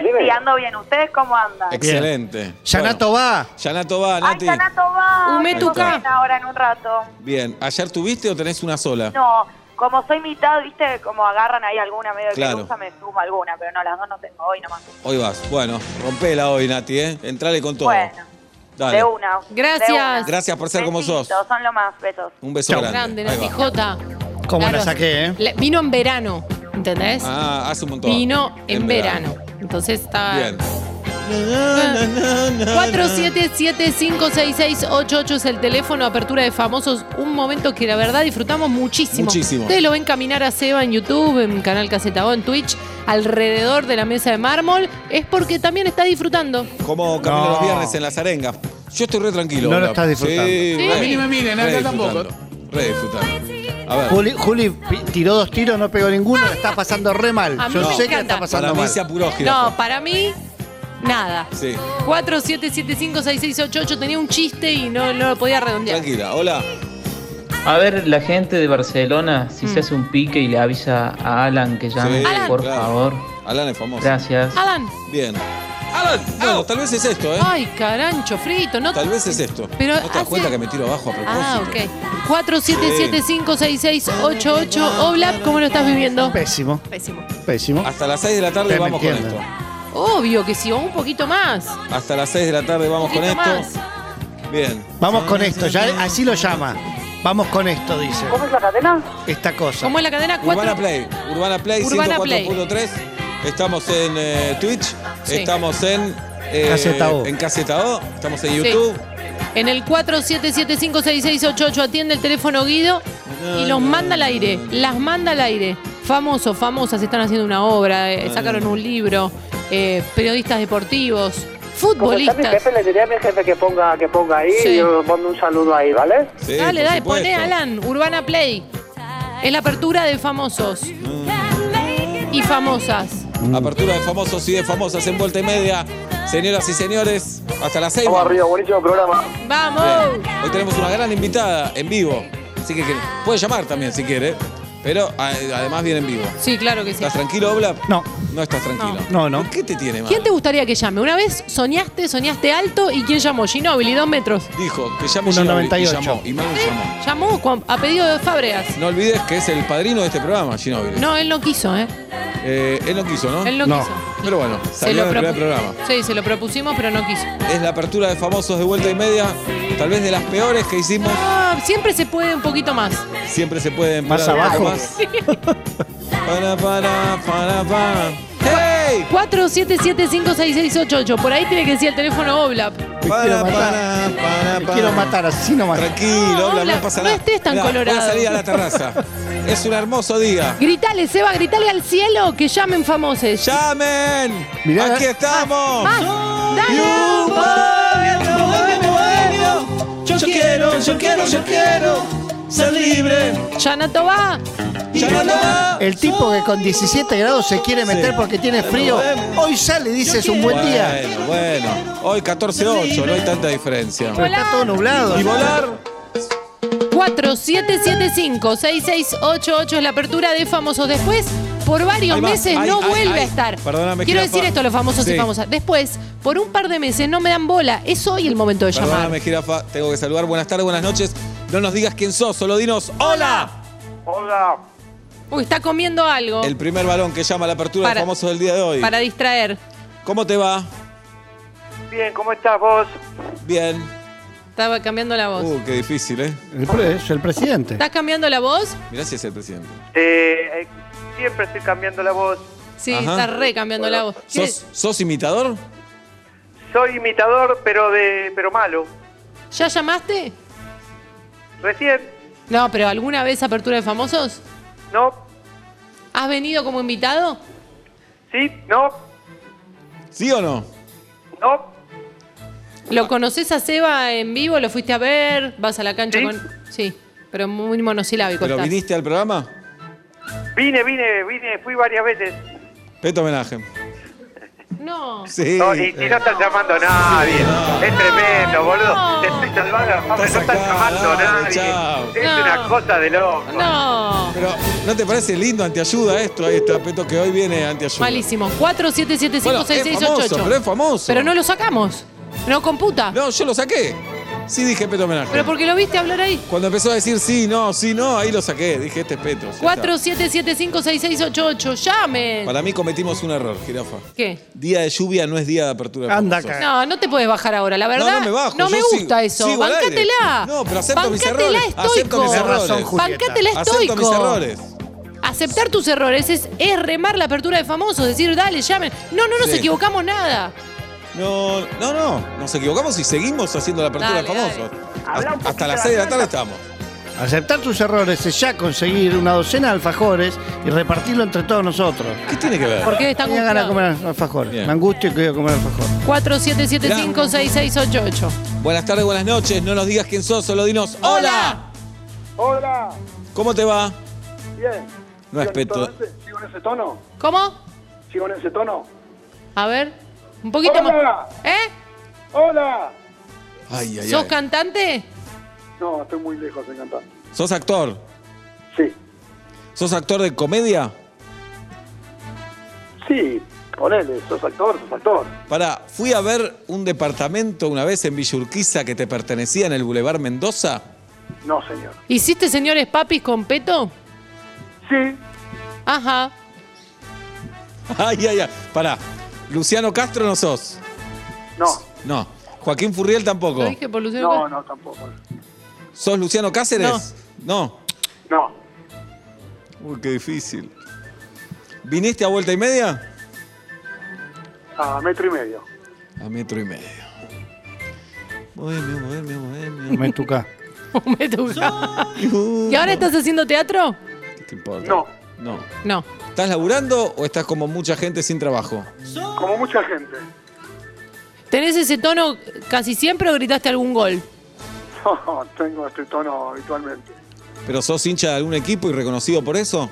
Sí, ando bien. ¿Ustedes cómo andan?
Excelente.
Yanato va.
Bueno, Yanato va,
Ay,
Nati.
Yanato va.
Hume
tu
Tengo
ca.
cena Ahora en un rato.
Bien, ¿ayer tuviste o tenés una sola?
No, como soy mitad, viste, como agarran ahí alguna medio que
Claro.
cruza, me sumo alguna, pero no, las dos no tengo hoy nomás.
Hoy vas. Bueno, rompela hoy, Nati, ¿eh? Entrale con todo.
Bueno,
Dale.
de una.
Gracias.
de una.
Gracias por ser como sos.
Besitos, Son lo más, besos.
Un beso
Chau.
grande.
Grande,
Ahí
Nati
va.
J.
¿Cómo
Claro.
la saqué, eh?
Le- vino en verano, ¿entendés?
Ah, hace un montón.
vino en, verano. Entonces estaba.
Bien.
47756688 es el teléfono, apertura de famosos. Un momento que la verdad disfrutamos muchísimo.
Muchísimo.
Ustedes lo ven caminar a Seba en YouTube, en Canal Caseta O, en Twitch, alrededor de la mesa de mármol. Es porque también está disfrutando.
Como camino
No.
los viernes en las arengas. Yo estoy re tranquilo.
No lo
ahora.
estás disfrutando.
Sí,
Sí.
re-
A mí ni me
miren,
re
acá tampoco.
disfrutando, Re disfrutando. A ver.
Juli, Juli pi- tiró dos tiros, no pegó ninguno, la está pasando re mal.
A mí
Yo
me
sé que la
encanta.
está pasando
Para mí
mal.
se apuró jirafa.
No, para mí, nada.
Sí.
47756688 tenía un chiste y no, no lo podía redondear.
Tranquila, hola.
A ver, la gente de Barcelona, si se hace un pique y le avisa a Alan que llame,
Sí,
por
claro.
favor.
Alan es famoso.
Gracias.
Alan,
Bien. Alan, no, tal vez es esto, ¿eh?
ay, carancho, frito, no
Tal vez es esto.
Pero
¿No te das
hace-
cuenta que me tiro abajo a propósito?
Ah, ok. 47756688. Oblap, ¿cómo lo estás viviendo?
Pésimo,
Pésimo.
pésimo.
Hasta las 6 de la tarde
Ustedes me
vamos con esto.
entienden.
Obvio que si, o un poquito más.
Hasta las 6 de la tarde
Un
vamos con
poquito
esto.
más.
Bien.
Vamos con esto, ya así lo llama. Vamos con esto, dice.
¿Cómo es la cadena?
Esta cosa.
¿Cómo es la cadena?
Urbana
4.
Play. Urbana Play
Urbana
104.3. Estamos en eh, Twitch.
Sí.
Estamos en. eh,
Caseta O.
En Caseta O. Estamos en
Sí.
YouTube.
En el 47756688 atiende el teléfono Guido y los manda al aire. Las manda al aire. Famosos, famosas, están haciendo una obra, eh, sacaron un libro, eh, periodistas deportivos, futbolistas.
le diría a mi jefe que ponga, que ponga ahí
Sí. y yo
pongo un saludo ahí, ¿vale?
Sí,
dale,
por
dale,
supuesto.
poné Alan, Urbana Play. Es la apertura de famosos
Mm.
y famosas.
Apertura de famosos y de famosas en vuelta y media. Señoras y señores, hasta las 6.
Vamos arriba, buenísimo programa.
¡Vamos!
Hoy tenemos una gran invitada en vivo. Así que, que- puede llamar también si quiere. Pero a- además viene en vivo.
Sí, claro que sí.
¿Estás tranquilo, Obla?
No.
No estás tranquilo.
No, no.
¿Por ¿Qué te tiene mal?
¿Quién te gustaría que llame? Una vez soñaste, soñaste alto y ¿quién llamó? Ginóbili, dos metros.
Dijo que llame
1.98.
Ginóbili, Y llamó. Y Manu llamó.
Llamó con- a pedido de Fábregas.
No olvides que es el padrino de este programa, Ginóbili.
No, él no quiso, ¿eh?
Eh, él no quiso, ¿no?
Él no,
No.
quiso.
Pero bueno, salió en el
propu-
primer programa.
Sí, se lo propusimos, pero no quiso.
Es la apertura de famosos de vuelta y media. Tal vez de las peores que hicimos.
Ah, siempre se puede un poquito más.
Siempre se puede
Más
empeorar un poco
abajo.
más. Para, para, para, para. ¡Hey!
47756688. Por ahí tiene que decir el teléfono Oblap.
Me
Para,
quiero
para,
matar.
para,
Me
para.
quiero matar, así nomás.
Tranquilo,
No,
Obla, no
Obla,
pasa
no
nada.
estés tan
Mirá, Voy a
colorado.
salir a la
[LAUGHS]
terraza. Es un hermoso día.
Gritale, Seba, gritale al cielo que llamen famosos.
¡Llamen!
Mirá.
¡Aquí estamos!
Más.
Y
Dale.
un
ah,
baño, baño, baño. Yo quiero, yo quiero, yo quiero ser libre.
Yanato va.
Ya no va.
El tipo que con 17 grados se quiere meter
Sí.
porque tiene frío, hoy sale y dice es un buen día.
Bueno, bueno. Hoy 14-8, no hay tanta diferencia.
Pero está todo nublado.
Y volar.
4775-6688 es la apertura de famosos. Después, por varios
Ahí va,
meses
ahí,
no
ahí,
vuelve
ahí.
a estar.
Perdóname,
Quiero
jirafa.
decir esto a los famosos
Sí.
y famosas. Después, por un par de meses no me dan bola. Es hoy el momento de llamar.
Perdóname, jirafa, tengo que saludar. Buenas tardes, buenas noches. No nos digas quién sos, solo dinos ¡Hola!
Hola.
Uy, está comiendo algo
El primer balón que llama a la apertura de
Para.
famosos del día de hoy.
para distraer.
¿Cómo te va?
Bien, ¿cómo estás vos?
Bien.
Estaba cambiando la voz.
Uh, qué difícil, ¿eh?
El, pre- es el presidente.
¿Estás cambiando la voz?
Mirá si es el presidente.
Eh, eh, siempre estoy cambiando la voz.
Sí,
Ajá.
está re cambiando la voz.
¿Sos, sos imitador?
Soy imitador, pero de pero malo.
¿Ya llamaste?
Recién,
No, pero ¿alguna vez apertura de famosos?
No.
¿Has venido como invitado?
Sí, no.
¿Sí o no?
No.
¿Lo conoces a Seba en vivo? ¿Lo fuiste a ver? ¿Vas a la cancha con.? Sí, pero muy monosilábico
¿Pero
estás.
viniste al programa?
vine, vine, vine, fui varias veces.
Peto homenaje.
No.
Sí. eh.
No, y, y no están llamando a nadie. Es tremendo, boludo. Te estoy salvando la fama, no están llamando a
dale,
nadie.
chao.
Es una cosa de loco.
No.
Pero, ¿no te parece lindo antiayuda esto? Ahí está, Peto, que hoy viene antiayuda.
Malísimo. 47756688.
Bueno, es famoso, pero es famoso.
Pero no lo sacamos. No computa.
No, yo lo saqué. Sí dije Peto homenaje.
Pero porque lo viste hablar ahí.
Cuando empezó a decir sí, no, sí, no, ahí lo saqué. Dije, este es Peto. ya está.
47756688. Llamen.
Para mí cometimos un error, jirafa.
¿Qué?
Día de lluvia no es día de apertura. de
Anda
famosos.
No, no te puedes bajar ahora, la verdad.
no, no me bajo.
no me
yo
gusta
sigo-
eso.
sigo al aire.
Bancátela.
No, pero acepto mis
Bancátela,
errores. Acepto mis
estoico.
errores.
Razón, Julieta.
Bancátela
Acepto mis
estoico.
errores.
Aceptar tus errores es, es remar la apertura de famosos, decir, dale, llamen. No, no nos
Sí.
equivocamos nada.
No, no, no. Nos equivocamos y seguimos haciendo la apertura
Dale,
de famosos.
Habla un
Hasta,
poquito
las
de
6 de la
la
tarde
cuenta.
estamos.
Aceptar tus errores es ya conseguir una docena de alfajores y repartirlo entre todos nosotros.
¿Qué tiene que ver?
¿Por qué están
Tenía ganas de
angustiado?
comer alfajores.
Bien.
Me angustio y quiero comer alfajor.
47756688.
Buenas tardes, buenas noches. No nos digas quién sos, solo dinos. ¡Hola!
Hola.
Hola,
¿Cómo te va?
bien.
No es
¿Sigo en
Peto.
ese- ¿Sigo en ese tono?
¿Cómo?
¿Sigo en ese tono?
A ver, un poquito
Hola.
más. ¿Eh?
¡Hola!
Ay, ay,
¿Sos
ay.
cantante?
No, estoy muy lejos, encantado.
¿Sos actor?
Sí,
¿Sos actor de comedia?
sí, ponele, sos actor, sos actor.
Pará, fui a ver un departamento una vez en Villurquiza que te pertenecía en el Boulevard Mendoza. [LAUGHS]
No, señor.
¿Hiciste señores papis con peto?
Sí,
Ajá.
Ay, ay, ay. Pará. Luciano Castro no sos.
no,
No. Joaquín Furriel tampoco.
Lo dije por Luciano.
no,
Castro.
no, tampoco.
¿Sos Luciano Cáceres? No.
No,
Uy, qué difícil. ¿Viniste a vuelta y media?
a metro y medio.
A metro y medio. Bohemio, bohemio, bohemio.
Me entucá.
[LAUGHS] Me toca. ¿Y ahora estás haciendo teatro?
¿Qué te importa?
No.
No.
No.
¿Estás laburando o estás como mucha gente sin trabajo?
Como mucha gente. [LAUGHS]
¿Tenés ese tono casi siempre o gritaste algún gol?
No, tengo este tono habitualmente.
¿Pero sos hincha de algún equipo y reconocido por eso?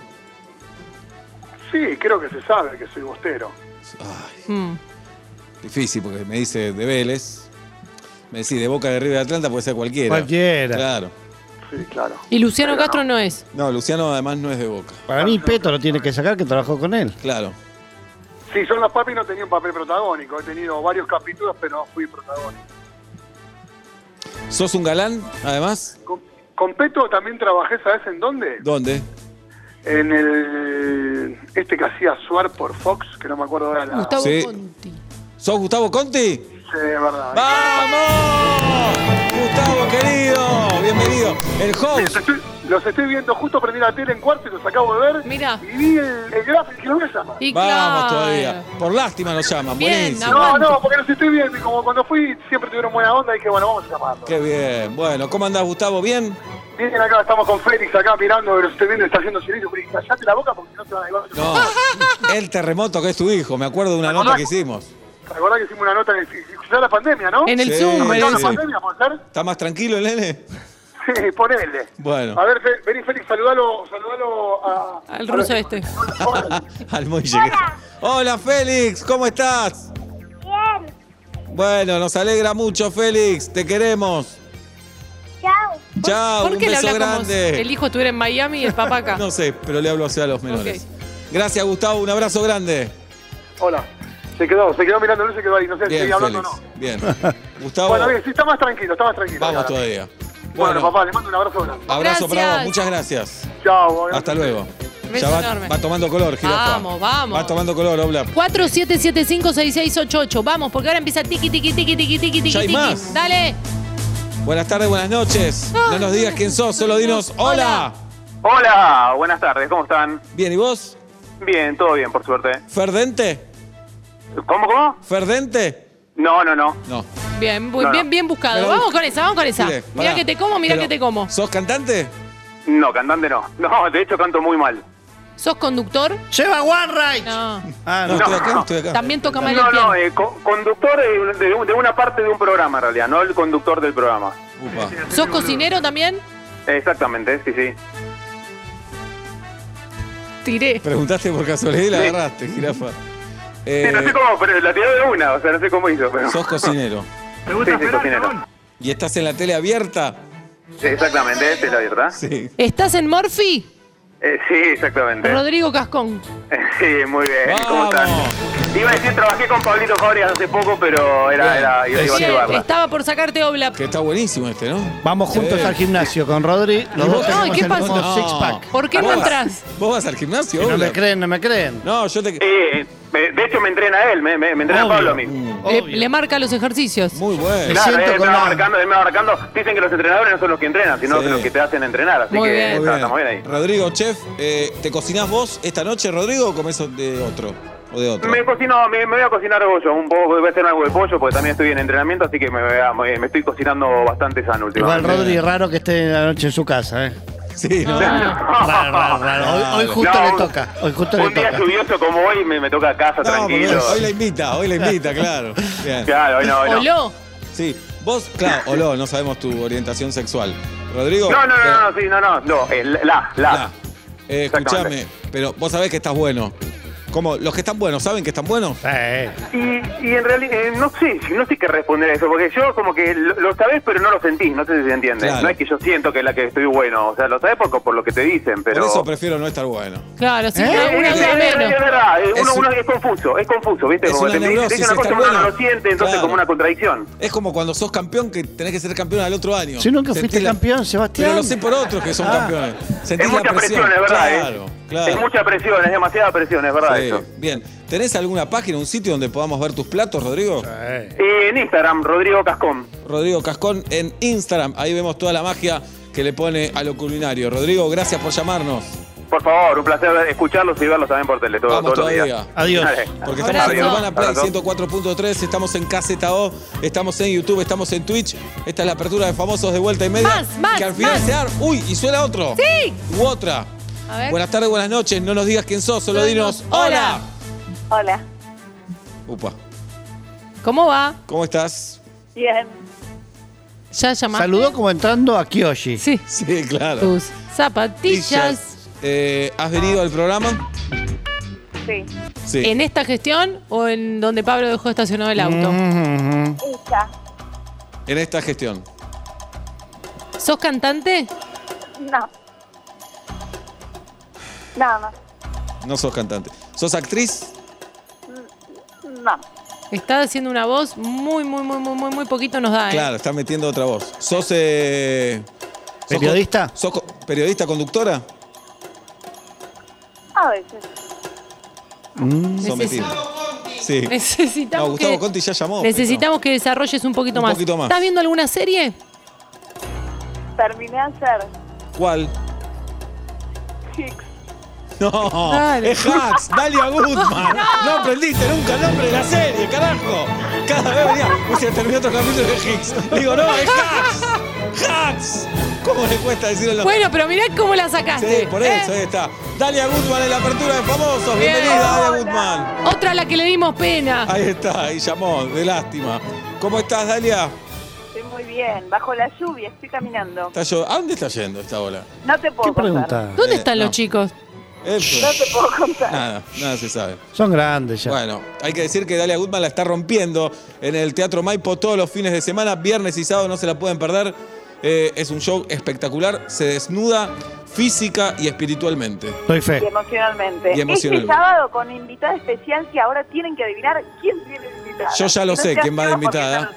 Sí, creo que se sabe que soy bostero.
Ay,
Mm.
difícil, porque me dice de Vélez. Me decís de Boca de River de Atlanta, puede ser cualquiera.
Cualquiera.
Claro.
Sí, claro.
Y Luciano Castro no es.
No, Luciano además no es de Boca.
Para mí, Peto lo tiene que sacar que trabajó con él.
Claro.
Sí, son los papis no tenía un papel protagónico. He tenido varios capítulos, pero no fui protagónico.
¿Sos un galán, además?
Con, con Peto también trabajé, ¿sabes en dónde?
¿Dónde?
En el. Este que hacía Suar por Fox, que no me acuerdo ahora la.
Gustavo
Sí.
Conti.
¿Sos Gustavo Conti?
Sí, es verdad.
¡Vamos! Gustavo, querido, bienvenido. El
Los
host.
estoy, los estoy viendo, justo prendí la tele en cuarto y los acabo de ver.
Mirá.
Y vi el, el gráfico y lo voy a llamar.
Y
Vamos
claro.
todavía. Por lástima nos llaman,
Bien,
buenísimo.
No,
aguante.
no, porque los estoy viendo y como cuando fui siempre tuvieron buena onda y dije, bueno, vamos a llamarlo.
Qué bien. Bueno, ¿cómo andás, Gustavo? ¿Bien?
Vienen acá, estamos con Félix acá mirando, los estoy viendo, está haciendo silencio. Félix, callate la boca porque si no te van a llevar.
No.
[LAUGHS]
El terremoto que es tu hijo, me acuerdo de una nota que hicimos.
¿Te acordás que hicimos una nota en el, ya la pandemia, no?
En el
Sí,
Zoom.
¿Comenzó la
sí.
pandemia, ¿puede ser?
¿Está más tranquilo el nene?
Sí, ponele.
Bueno.
A ver, Fe- vení Félix, saludalo, saludalo a...
Al ruso este.
[LAUGHS] Al Moille. que- Hola, Félix, ¿cómo estás?
Bien,
Bueno, nos alegra mucho, Félix. Te queremos.
chao.
Chao,
¿Por
un
qué le
beso
hablas como si
grande.
el hijo estuviera en Miami y el papá acá?
[LAUGHS] No sé, pero le hablo hacia los menores. Gracias, Gustavo. Un abrazo grande.
Hola. Se quedó, se quedó mirando, no se quedó ahí, no sé si
Bien,
sigue hablando
Félix.
o no. [LAUGHS]
Bien. Gustavo,
Bueno, bien, sí, está más tranquilo, está más tranquilo.
vamos
Ahora.
todavía.
Bueno,
Bueno,
papá, le mando un abrazo grande.
abrazo para vos.
Gracias.
Muchas gracias.
Chao.
Hasta luego.
Beso
va,
enorme.
va tomando color, jirafa.
Vamos, vamos.
Va tomando color, Obla.
47756688. Vamos, porque ahora empieza tiki, tiki, tiki, tiki, tiki, tiki,
Ya hay
tiki.
más.
Dale.
Buenas tardes, buenas noches. No nos digas quién sos, solo dinos hola.
Hola, buenas tardes, ¿cómo están?
Bien, ¿y vos?
Bien, todo bien, por suerte.
¿Ferdente?
¿Cómo, cómo?
¿Ferdente?
No, no, no.
No.
Bien, bu-
No, no.
bien, bien buscado.
Pero-
vamos con esa, vamos con esa.
Mire,
mira que
pará.
te como, mira
Pero-
que te como.
¿Sos cantante?
No, cantante no. [LAUGHS] No, de hecho canto muy mal.
¿Sos conductor?
¡Lleva One Right!
No.
Ah,
no, No, estoy acá, no. estoy acá.
También toca mal el
no,
piano.
no, eh, co- conductor de, un- de un- de una parte de un programa en realidad, no el conductor del programa.
¿Sos cocinero también?
Exactamente, sí, sí.
Tiré.
Preguntaste por casualidad y la
Sí.
agarraste, jirafa.
Sí, no
Eh,
sé cómo, pero la tiró de una, o sea, no sé cómo hizo. Pero... [LAUGHS]
sos cocinero.
¿Te gusta sí, sí, cocinero.
¿Y estás en la tele abierta?
Sí, exactamente, te la verdad.
Sí.
¿Estás en Morphy?
Eh, sí, exactamente.
Rodrigo Cascón.
[LAUGHS] Sí, muy bien. ¿Cómo están? Iba a decir, trabajé con Pablito Fabrias hace poco, pero era, era, iba, iba a
Bien,
llevarla.
estaba por sacarte Obla.
Que está buenísimo este, ¿no?
Vamos juntos
Sí.
al gimnasio con Rodri. Los dos
Ay,
tenemos
¿qué
el
pasó?
mismo
No.
six-pack.
¿Por qué no
¿Vos vas-
entras?
¿Vos vas al gimnasio?
Que no
Ola?
me creen, no me creen.
No, yo te...
Eh, eh, de hecho, me entrena él, me, me- me entrena
Obvio.
Pablo a mí.
Le,
Eh,
le marca los ejercicios.
Muy bueno.
Claro,
siento
él
con
me, va
la-
marcando, él me va marcando. Dicen que los entrenadores no son los que entrenan, sino
Sí.
que los que te hacen entrenar. Así
Muy
que
bien.
está-
Muy bien.
estamos bien ahí.
Rodrigo, chef, eh, ¿te cocinás vos esta noche, Rodrigo, o comés de otro? ¿O de otro?
Me cocino, me, me voy a cocinar pollo, un poco, voy a hacer algo de pollo porque también estoy en entrenamiento, así que me, voy a- me- me estoy cocinando bastante
Igual
sano últimamente.
Rodri, raro que esté la noche en su casa, ¿eh?
[LAUGHS] Sí,
[LAUGHS]
no.
Raro, raro, raro. Hoy, hoy justo
No,
le
un-
toca. Hoy justo le
Un día
toca.
lluvioso como hoy me, me toca a casa
No, porque
tranquilo.
hoy la invita, hoy la
[LAUGHS]
invita, claro. Bien.
Claro, hoy no, hoy no.
Oló.
Sí, vos,
[LAUGHS]
claro, o no, no sabemos tu orientación sexual. Rodrigo.
No, no,
eh,
no, no, sí, no, no, no, eh, la, la.
nah. Eh, escuchame, pero vos sabés que estás bueno. ¿Cómo? ¿Los que están buenos saben que están buenos?
Eh, eh.
Y, y en realidad, eh, no sé, no sé qué responder a eso, porque yo como que lo, lo sabés pero no lo sentís, no sé si se entiende.
Claro.
No es que yo siento que es la que estoy bueno, o sea, lo sabés por, por lo que te dicen, pero...
Por eso prefiero no estar bueno.
Claro, sí,
¿Eh?
Eh,
una
eh,
duda
eh,
menos.
Es verdad, eh, uno,
Es
uno
un-
es confuso, es confuso, ¿viste?
Es
Como
una
te dicen
neurosis,
una cosa,
está
uno no
bueno.
lo siente, entonces
Claro.
como una contradicción.
Es como cuando sos campeón que tenés que ser campeón al otro año.
Si nunca fuiste
Sentís la-
campeón, Sebastián.
Pero lo sé por otros que son
Ah.
campeones. Sentís
Es mucha
la presión,
presión, es verdad, ¿eh?
claro, Claro.
Es mucha presión, es demasiada presión, es verdad
Sí,
eso.
Bien. ¿Tenés alguna página, un sitio donde podamos ver tus platos, Rodrigo?
Eh.
Eh, en Instagram, Rodrigo Cascón.
Rodrigo Cascón en Instagram. Ahí vemos toda la magia que le pone a lo culinario. Rodrigo, gracias por llamarnos.
Por favor, un placer escucharlos y verlos también por tele todo-
Vamos
todos los días.
todavía.
Adiós.
Dale.
Porque estamos en
Abrazo.
Urbana Play
Abrazo.
104.3, estamos en Caseta O, estamos en YouTube, estamos en Twitch. Esta es la apertura de famosos de vuelta y media.
Más, más,
Que al final
más.
se ar... ¡Uy! Y suena otro.
Sí.
U otra.
A ver.
Buenas tardes, buenas noches. No nos digas quién sos, solo
Solo
dinos.
dinos,
¡Hola!
Hola.
Upa.
¿Cómo va?
¿Cómo estás? [LAUGHS]
Bien.
¿Ya llamaste?
Saludó como entrando a Kiyoshi.
Sí.
Sí, claro.
Tus zapatillas.
Eh, ¿Has venido al programa?
Sí.
Sí.
¿En esta gestión o en donde Pablo dejó estacionado el auto?
Mm.
Mhm.
Ella.
En esta gestión.
¿Sos cantante?
No. Nada más.
No sos cantante. ¿Sos actriz?
No.
Está haciendo una voz muy, muy, muy, muy, muy, muy poquito nos da, ¿eh?
Claro, estás metiendo otra voz. ¿Sos. eh, sos
¿Periodista?
co- ¿Sos co- periodista conductora?
A veces.
Sos
Necesito.
metida. Sí.
Necesitamos
No, Gustavo
que...
Conti ya llamó.
Necesitamos que desarrolles un poquito
Un
más.
poquito más.
¿Estás viendo alguna serie?
Terminé de hacer
pero- ¿Cuál?
chicks.
No,
Dale.
es Hacks, Dalia Goodman. No. aprendiste nunca el nombre de la serie, carajo. Cada vez venía, uy, se terminó otro capítulo de Hicks. Digo, no, es Hacks. Hacks. ¿Cómo le cuesta decirlo?
Bueno, pero mirá cómo la sacaste.
Sí, por eso,
¿eh?
ahí está. Dalia Goodman en la apertura de famosos.
Bien.
Bienvenida, Dalia Goodman.
Otra a la que le dimos pena.
Ahí está, ahí llamó, de lástima. ¿Cómo estás, Dalia?
Estoy muy bien. Bajo la lluvia, estoy caminando.
¿Está yo- ¿A dónde está yendo esta ola?
No te puedo
¿Qué
contar.
pregunta?
¿Dónde
Eh,
están
no.
los chicos?
Eso.
No te puedo contar.
Nada, nada se sabe.
Son grandes ya.
Bueno, hay que decir que Dalia Goodman la está rompiendo en el Teatro Maipo todos los fines de semana, viernes y sábado no se la pueden perder. Eh, es un show espectacular, se desnuda física y espiritualmente.
Doy
[LAUGHS] Y
fe.
emocionalmente.
Y emocionalmente.
Este sábado con invitada especial que ahora tienen que adivinar quién viene de invitada.
Yo ya lo
No
sé
seas
quién va de
vos porque
invitada.
ya lo sé.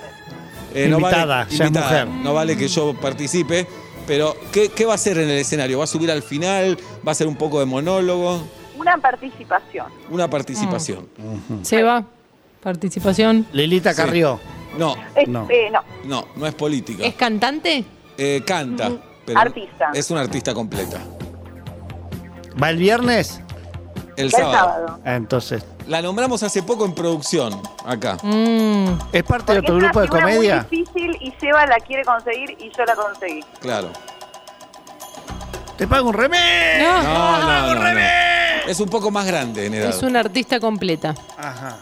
Eh, no
Invitada, ya es mujer.
No vale que yo participe, pero ¿qué, qué va a hacer en el escenario? ¿Va a subir al final? ¿Va a hacer un poco de monólogo?
Una participación.
Una participación.
Seba, participación.
Lilita Carrió.
No,
Es-
no,
eh, no.
no, no es política.
¿Es cantante?
Eh, canta. Pero
Artista.
Es una artista completa.
¿Va el viernes?
El sábado.
Ah, entonces.
La nombramos hace poco en producción, acá.
Mm.
¿Es parte de otro
Porque es una
grupo de
figura
comedia?
Muy difícil y Seba la quiere conseguir y yo la conseguí.
Claro.
¡Te pago un remé!
No.
[LAUGHS]
No, no, no, no. Es un poco más grande en edad.
Es una artista completa.
Ajá.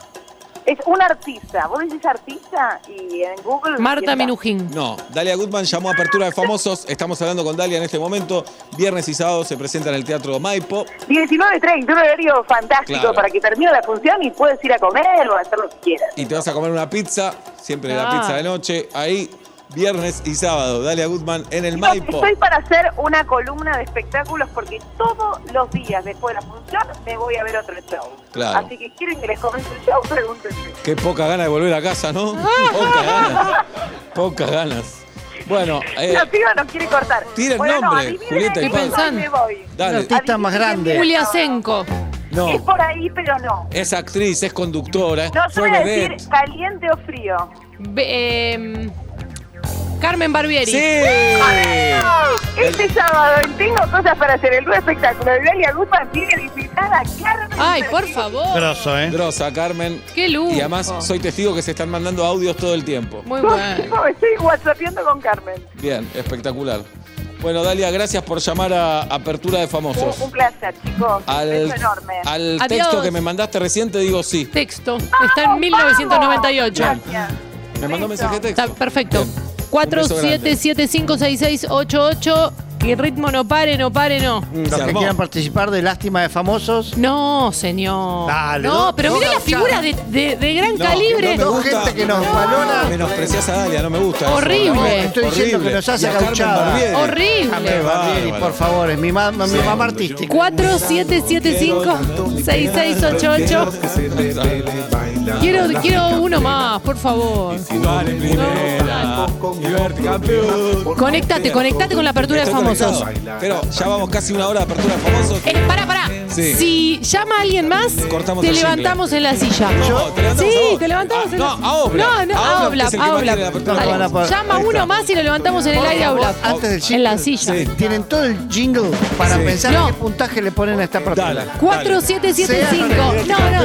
Es un artista. Vos decís artista y en Google.
Marta
está.
Minujín.
No, Dalia Goodman llamó a Apertura de Famosos. Estamos hablando con Dalia en este momento. Viernes y sábado se presenta en el Teatro Maipo.
19.30, un horario fantástico
Claro.
para que termine la función y puedes ir a comer o a hacer lo que quieras.
Y te vas a comer una pizza. Siempre la
Ah.
pizza de noche. Ahí, viernes y sábado. Dalia Goodman en el Maipo.
Estoy para hacer una columna de espectáculos porque todos los días después de la función me voy a ver otro show.
Claro.
Así que quieren que les comente el show, pregúntenme.
Qué poca gana de volver a casa,
[LAUGHS]
¿no? Pocas ganas. Pocas ganas. Bueno, eh,
La piba no quiere cortar.
Tira el
bueno,
nombre,
no, adivinen
Julieta y
el
Pablo.
show y me voy.
Dale.
artista más grande.
Julia Senko.
Es
no.
por ahí, pero no.
Es actriz, es conductora.
No, yo
fue
voy a decir
vedette.
caliente o frío.
Be- em, Carmen Barbieri.
¡Sí!
Este sábado en tengo cosas para hacer. El nuevo espectáculo de Dalia Guzmán viene visitar a Carmen.
Ay, por favor.
Grosso, ¿eh?
Grosa, Carmen.
Qué lujo.
Y además soy testigo que se están mandando audios todo el tiempo.
Muy
No,
bueno.
no, estoy whatsappeando con Carmen.
Bien, espectacular. Bueno, Dalia, gracias por llamar a Apertura de Famosos.
Un, un placer, chicos.
Al,
un beso enorme.
al
Adiós.
texto que me mandaste recién te digo sí.
Texto. Está en 1998.
Gracias.
Me mandó mensaje de texto.
Está perfecto.
Bien. beso grande. Mm,
47756688 y ritmo no pare, no pare, no.
Los
Se
que
armó.
quieran participar de Lástima de Famosos.
No, señor.
Dale,
no,
dos-
pero
dos
mira las figuras
gauchadas.
de, de- de gran
No,
calibre.
no me
Dos
gusta.
gente que nos valora.
Menospreciás a Dalia, no me gusta. eso.
Horrible.
No,
Estoy diciendo que nos hace
Y a Carmen
gauchada.
Barbieri.
Horrible.
Carmen Barbieri,
Bárbaro.
por favor, es mi, ma- mi mamá artística.
47756688. Quiero, quiero uno más, por favor. Conéctate, conéctate con la apertura de
Estoy
famosos.
conectado. Pero ya vamos casi una hora de apertura de famosos.
Eh, pará, pará.
Sí.
Si llama alguien más,
Cortamos
te
el jingle.
levantamos en la silla.
No, te levantamos
sí,
a vos.
te levantamos
Ah,
en
no,
la
a Oblap.
No, no,
A
a
Oblap, que es el que
Oblap, a
más tiene
Oblap.
la apertura.
Dale,
No van a poder-
Llama
Ahí
uno
está.
más y lo levantamos en el aire a Oblap.
Antes del
En
jingle.
la silla.
Sí.
Tienen todo el jingle para pensar
No.
qué puntaje le ponen a esta
Dale.
apertura.
4775. No, no.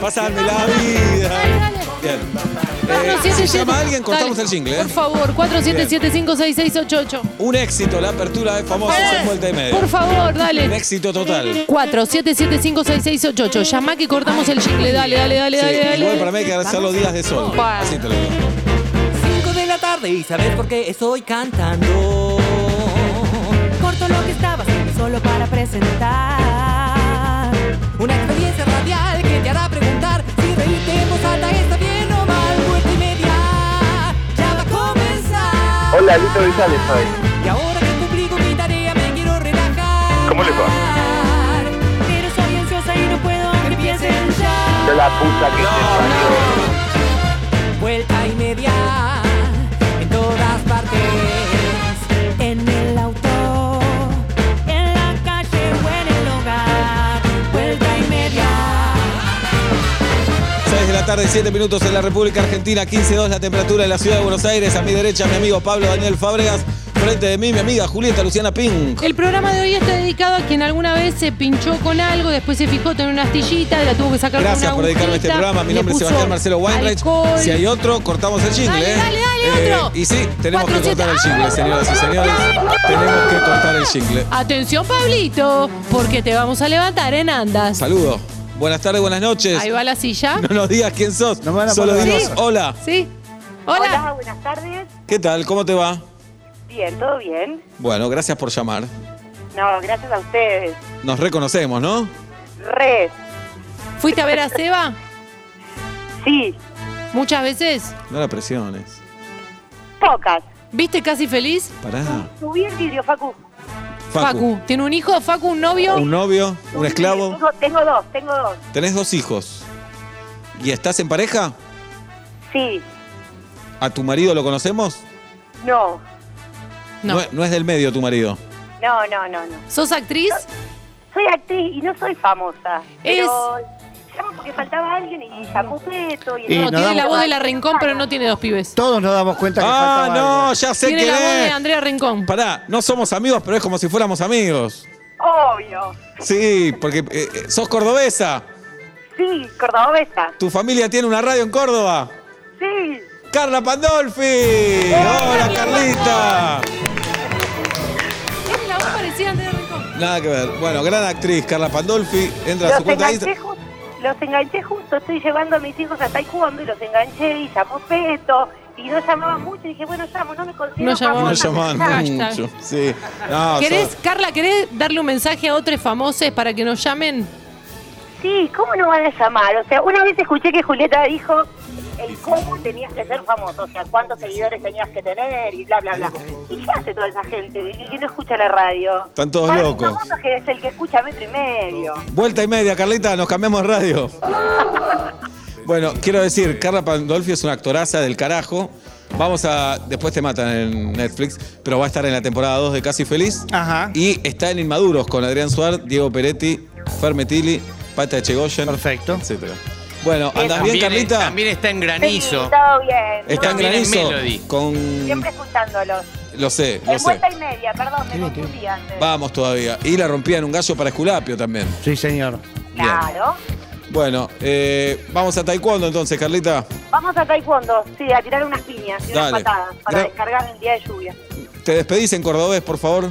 Pasarme la
eh,
vida.
Dale, dale.
Bien. Eh, si
4775.
llama a alguien, cortamos
Dale.
el jingle. ¿eh?
Por favor, 47756688.
Un éxito, la apertura de famosos en vuelta y media.
Por favor,
Un
dale.
éxito total.
47756688. Llama que cortamos el jingle. Dale, dale, dale,
Sí,
dale,
igual para
dale.
mí hay que hacer los días de sol.
Pa.
Así te lo digo.
5 de la tarde y sabes por qué estoy cantando. Corto lo que estaba haciendo solo para presentar. Una experiencia radial que te hará preguntar si reírte en voz alta está bien o mal. Vuelta y media, ya va a comenzar.
Hola, Lito Vitales soy.
Y ahora que cumplí con mi tarea me quiero relajar.
¿Cómo les va?
Pero soy ansiosa y no puedo que empiecen ya.
De la puta que te parió.
Vuelta y media en todas partes, en el auto, en la calle o en el hogar. Vuelta y media.
6 de la tarde, 7 minutos en la República Argentina, 15.2 la temperatura en la ciudad de Buenos Aires. A mi derecha, mi amigo Pablo Daniel Fábregas. Frente de mí, mi amiga Julieta Luciana Pink.
El programa de hoy está dedicado a quien alguna vez se pinchó con algo, después se fijó en una astillita, la tuvo que sacar
Gracias
con
por
una
dedicarme a este
agujita,
programa. Mi
le
nombre es
puso
Sebastián Marcelo Weinreich.
alcohol.
Si hay otro, cortamos el jingle.
Dale,
¿eh?
dale, dale, otro.
Y sí, tenemos que
Cuatro,
cortar el
siete. Ah,
jingle, señoras y señores. Tenemos que cortar el jingle.
Atención, Pablito, porque te vamos a levantar en andas.
Saludo. Buenas tardes, buenas noches.
Ahí va la silla.
[LAUGHS] No nos digas quién sos.
No me van a
Solo
poner
dinos
nervioso.
hola.
¿Sí? Hola.
buenas tardes.
¿Qué tal? ¿Cómo te va?
Bien, ¿todo bien?
Bueno, gracias por llamar.
No, gracias a ustedes.
Nos reconocemos, ¿no?
Re,
¿Fuiste a ver a Seba?
sí,
Muchas veces.
No la presiones.
pocas.
¿Viste casi feliz?
Pará.
Subí el vidrio, Facu.
Facu.
¿Tiene un hijo? ¿Facu? ¿Un novio?
Un novio, un esclavo.
Tengo, tengo dos, tengo dos.
Tenés dos hijos. ¿Y estás en pareja?
Sí,
¿A tu marido lo conocemos?
no,
No.
es- no es del medio tu marido.
no, no, no, no.
¿Sos actriz?
Soy actriz y no soy famosa. Pero estamos porque faltaba alguien y Chapuceto y,
Y
No,
nos
tiene
damos-
la voz de la Rincón, pero no tiene dos pibes.
Todos nos damos cuenta que
Ah,
faltaba
no,
algo.
ya sé
Tiene
que
la voz de Andrea Rincón.
Pará, no somos amigos, pero es como si fuéramos amigos.
Obvio.
Sí, porque eh, eh, sos cordobesa.
Sí, cordobesa.
Tu familia tiene una radio en Córdoba.
Sí.
Carla Pandolfi. Hola, Carlita.
Es la voz parecida a Andrea Rincón.
Nada que ver. Bueno, gran actriz, Carla Pandolfi. Entra a su
Los
cuenta de
enganché,
Instagram.
ju- los enganché justo, estoy llevando a mis hijos a taekwondo y los enganché y llamó Peto y no llamaba mucho y dije, bueno, llamo, no me considero
No llamaba.
No
famosa.
llaman
Hashtag.
mucho. Sí. No,
¿Querés,
sos-
Carla, querés darle un mensaje a otros famosos para que nos llamen?
Sí, ¿cómo no van a llamar? O sea, una vez escuché que Julieta dijo el cómo tenías que ser famoso, o sea, cuántos seguidores tenías que tener y bla, bla, bla. ¿Y qué hace toda esa gente? ¿Y que no escucha la radio?
Están todos
Para
locos.
un famoso que es el que escucha metro y medio.
Vuelta y media, Carlita, nos cambiamos de radio. Bueno, quiero decir, Carla Pandolfi es una actoraza del carajo. Vamos a. Después te matan en Netflix, pero va a estar en la temporada 2 de Casi Feliz.
Ajá.
Y está en Inmaduros con Adrián Suárez, Diego Peretti, Fer Metilli, Pata Echegoyen. Perfecto. Etcétera. Bueno, ¿andás bien,
También-
Carlita?
También está en
Sí,
granizo.
todo bien.
Está en
También es
granizo.
Melody.
Con.
Siempre escuchándolos.
Lo sé, lo
En
sé.
vuelta y media, perdón, me confundí antes.
Vamos todavía. Y la rompían un gallo para Esculapio también.
Sí, señor.
Claro.
Bueno, eh, vamos a Taekwondo entonces, Carlita.
Vamos a taekwondo, sí, a tirar unas piñas y unas
Dale.
patadas para
Gra-
descargar el día de lluvia.
Te despedís en cordobés, por favor.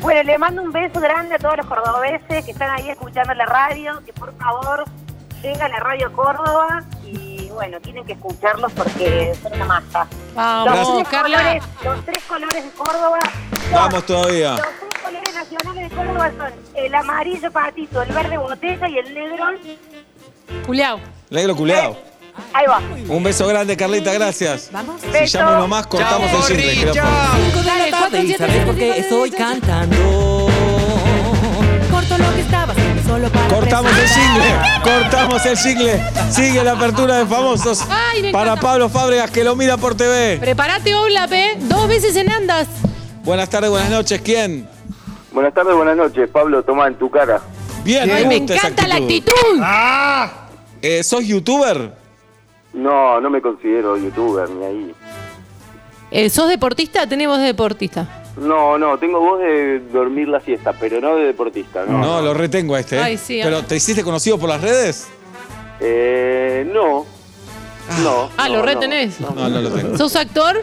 Bueno, le mando un beso grande a todos los cordobeses que están ahí escuchando la radio, que por favor llega la radio Córdoba y bueno, tienen que escucharlos porque son una masa.
Vamos,
los, tres
Carla.
colores, los tres colores de Córdoba,
Vamos todavía.
los tres colores nacionales de Córdoba son el amarillo patito, el verde botella y el negro.
Juliao.
Negro culeado.
Ahí va.
Un beso grande, Carlita, gracias.
Vamos.
Si llama uno más, cortamos
Chao,
el jingle.
Richa.
creo.
Cinco de la tarde y sabré por qué estoy cantando. Corto lo que estaba haciendo solo para
Cortamos el jingle, cortamos el jingle. Sigue la apertura de famosos
Ay, me
para
encanta.
Pablo Fábregas que lo mira por TV.
Prepárate, Oblap, ¿eh? Dos veces en andas.
Buenas tardes, buenas noches. ¿Quién?
Buenas tardes, buenas noches. Pablo, toma en tu cara.
Bien,
Ay, me
gusta esa Ah.
encanta la actitud.
Eh, ¿Sos youtuber?
No, no me considero youtuber ni ahí.
Eh, ¿Sos deportista? Tenemos de deportista.
No, no, tengo voz de dormir la siesta, pero no de deportista,
No,
no.
lo retengo a este. ¿eh?
Ay, sí,
Pero
ah.
¿te hiciste conocido por las redes?
Eh, no. No.
Ah,
no,
lo
no.
retenés.
No, no lo tengo.
¿Sos actor?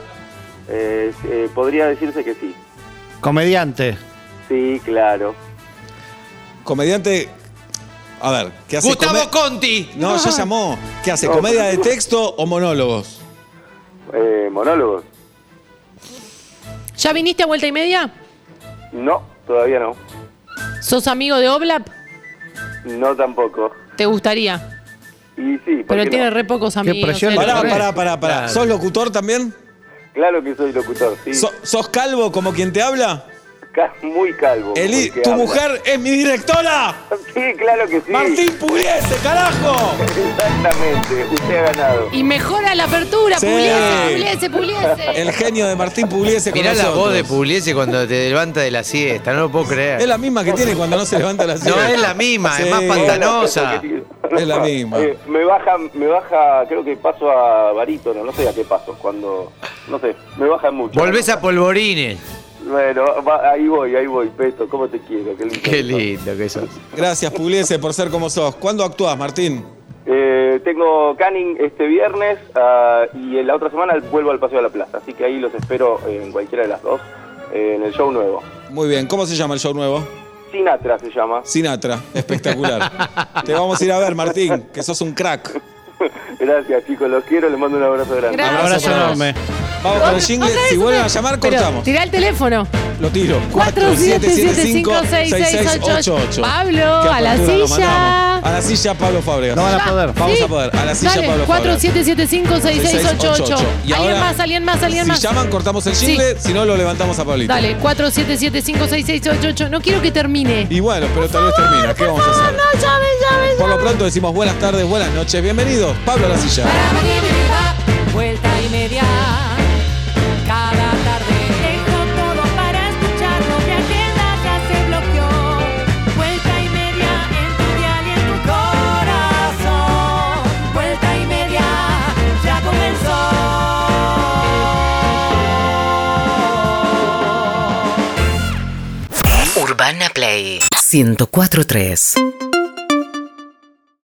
Eh, eh, podría decirse que sí.
Comediante.
Sí, claro.
Comediante. A ver, ¿qué hace?
Gustavo
come-
Conti.
No, ya llamó. ¿Qué hace?
No.
¿Comedia de texto o monólogos?
Eh, ¿Monólogos?
¿Ya viniste a vuelta y media?
No, todavía no.
¿Sos amigo de Oblap?
No tampoco.
Te gustaría.
Y sí, ¿por
Pero
qué
tiene
no?
re pocos amigos. ¿eh?
presión
él.
de
Pará,
Claro.
pará, pará, pará.
Claro.
¿Sos locutor también?
Claro que soy locutor, sí.
¿So- ¿Sos calvo como quien te habla?
Ca- muy calvo.
Eli,
porque
¿Tu
habla.
mujer es mi directora?
[LAUGHS] Sí, claro que sí.
¡Martín Pugliese, carajo!
Exactamente, usted ha ganado.
Eh,
Y mejora la apertura.
Sí.
Puliese, Puliese, Puliese.
El genio de Martín Pugliese con
Mirá la
nosotros.
voz de Pugliese cuando te levanta de la siesta, no lo puedo
Es
creer.
la misma que tiene cuando no se levanta la
No,
silla.
es la misma,
Sí.
es más pantanosa.
Es la misma.
[LAUGHS] Eh, me baja, me baja, creo que paso a barítono, no sé a qué paso, cuando, no sé, me baja mucho.
Volvés a Polvorines.
Bueno, va- ahí voy, ahí voy, Peto, ¿cómo te quiero? Qué lindo.
Qué lindo que sos.
Gracias, Pugliese, por ser como sos. ¿Cuándo actuás, Martín?
Eh, tengo Canning este viernes ah, y en la otra semana vuelvo al Paseo de la Plaza, así que ahí los espero en cualquiera de las dos, eh, en el show nuevo.
Muy bien, ¿cómo se llama el show nuevo?
Sinatra se llama. [LAUGHS]
Sinatra, espectacular. Te vamos a ir a ver, Martín, que sos un crack.
Gracias chicos, los quiero, les mando un abrazo grande.
Gracias.
Abrazo
para vos.
enorme.
Vamos con el jingle,
Otra vez,
si vuelven
otra
a
vez.
llamar,
Pero,
cortamos.
Tirá el teléfono.
Lo tiro.
4775-6688.
4775-6688.
Pablo,
Qué
a la
apertura nos
silla.
mandamos. A la silla, Pablo Fábregas.
No van a poder.
Vamos a poder. A la silla,
Dale,
Pablo Fábregas.
4775-6688.
6688. Y
Alguien
ahora,
más, alguien más, alguien más.
Si llaman, cortamos el jingle, si no, lo levantamos a Pablito.
Dale, 47756688. No quiero que termine.
Y bueno, pero tal vez termina. ¿Qué vamos a hacer?
No, llame, llame,
Por lo pronto decimos buenas tardes, buenas noches, bienvenidos. Pablo a la silla.
Vuelta y media, cada tarde. Dejo todo para escucharlo, mi agenda ya se bloqueó. Vuelta y media en tu dial y en tu corazón.
Urbana Play 104.3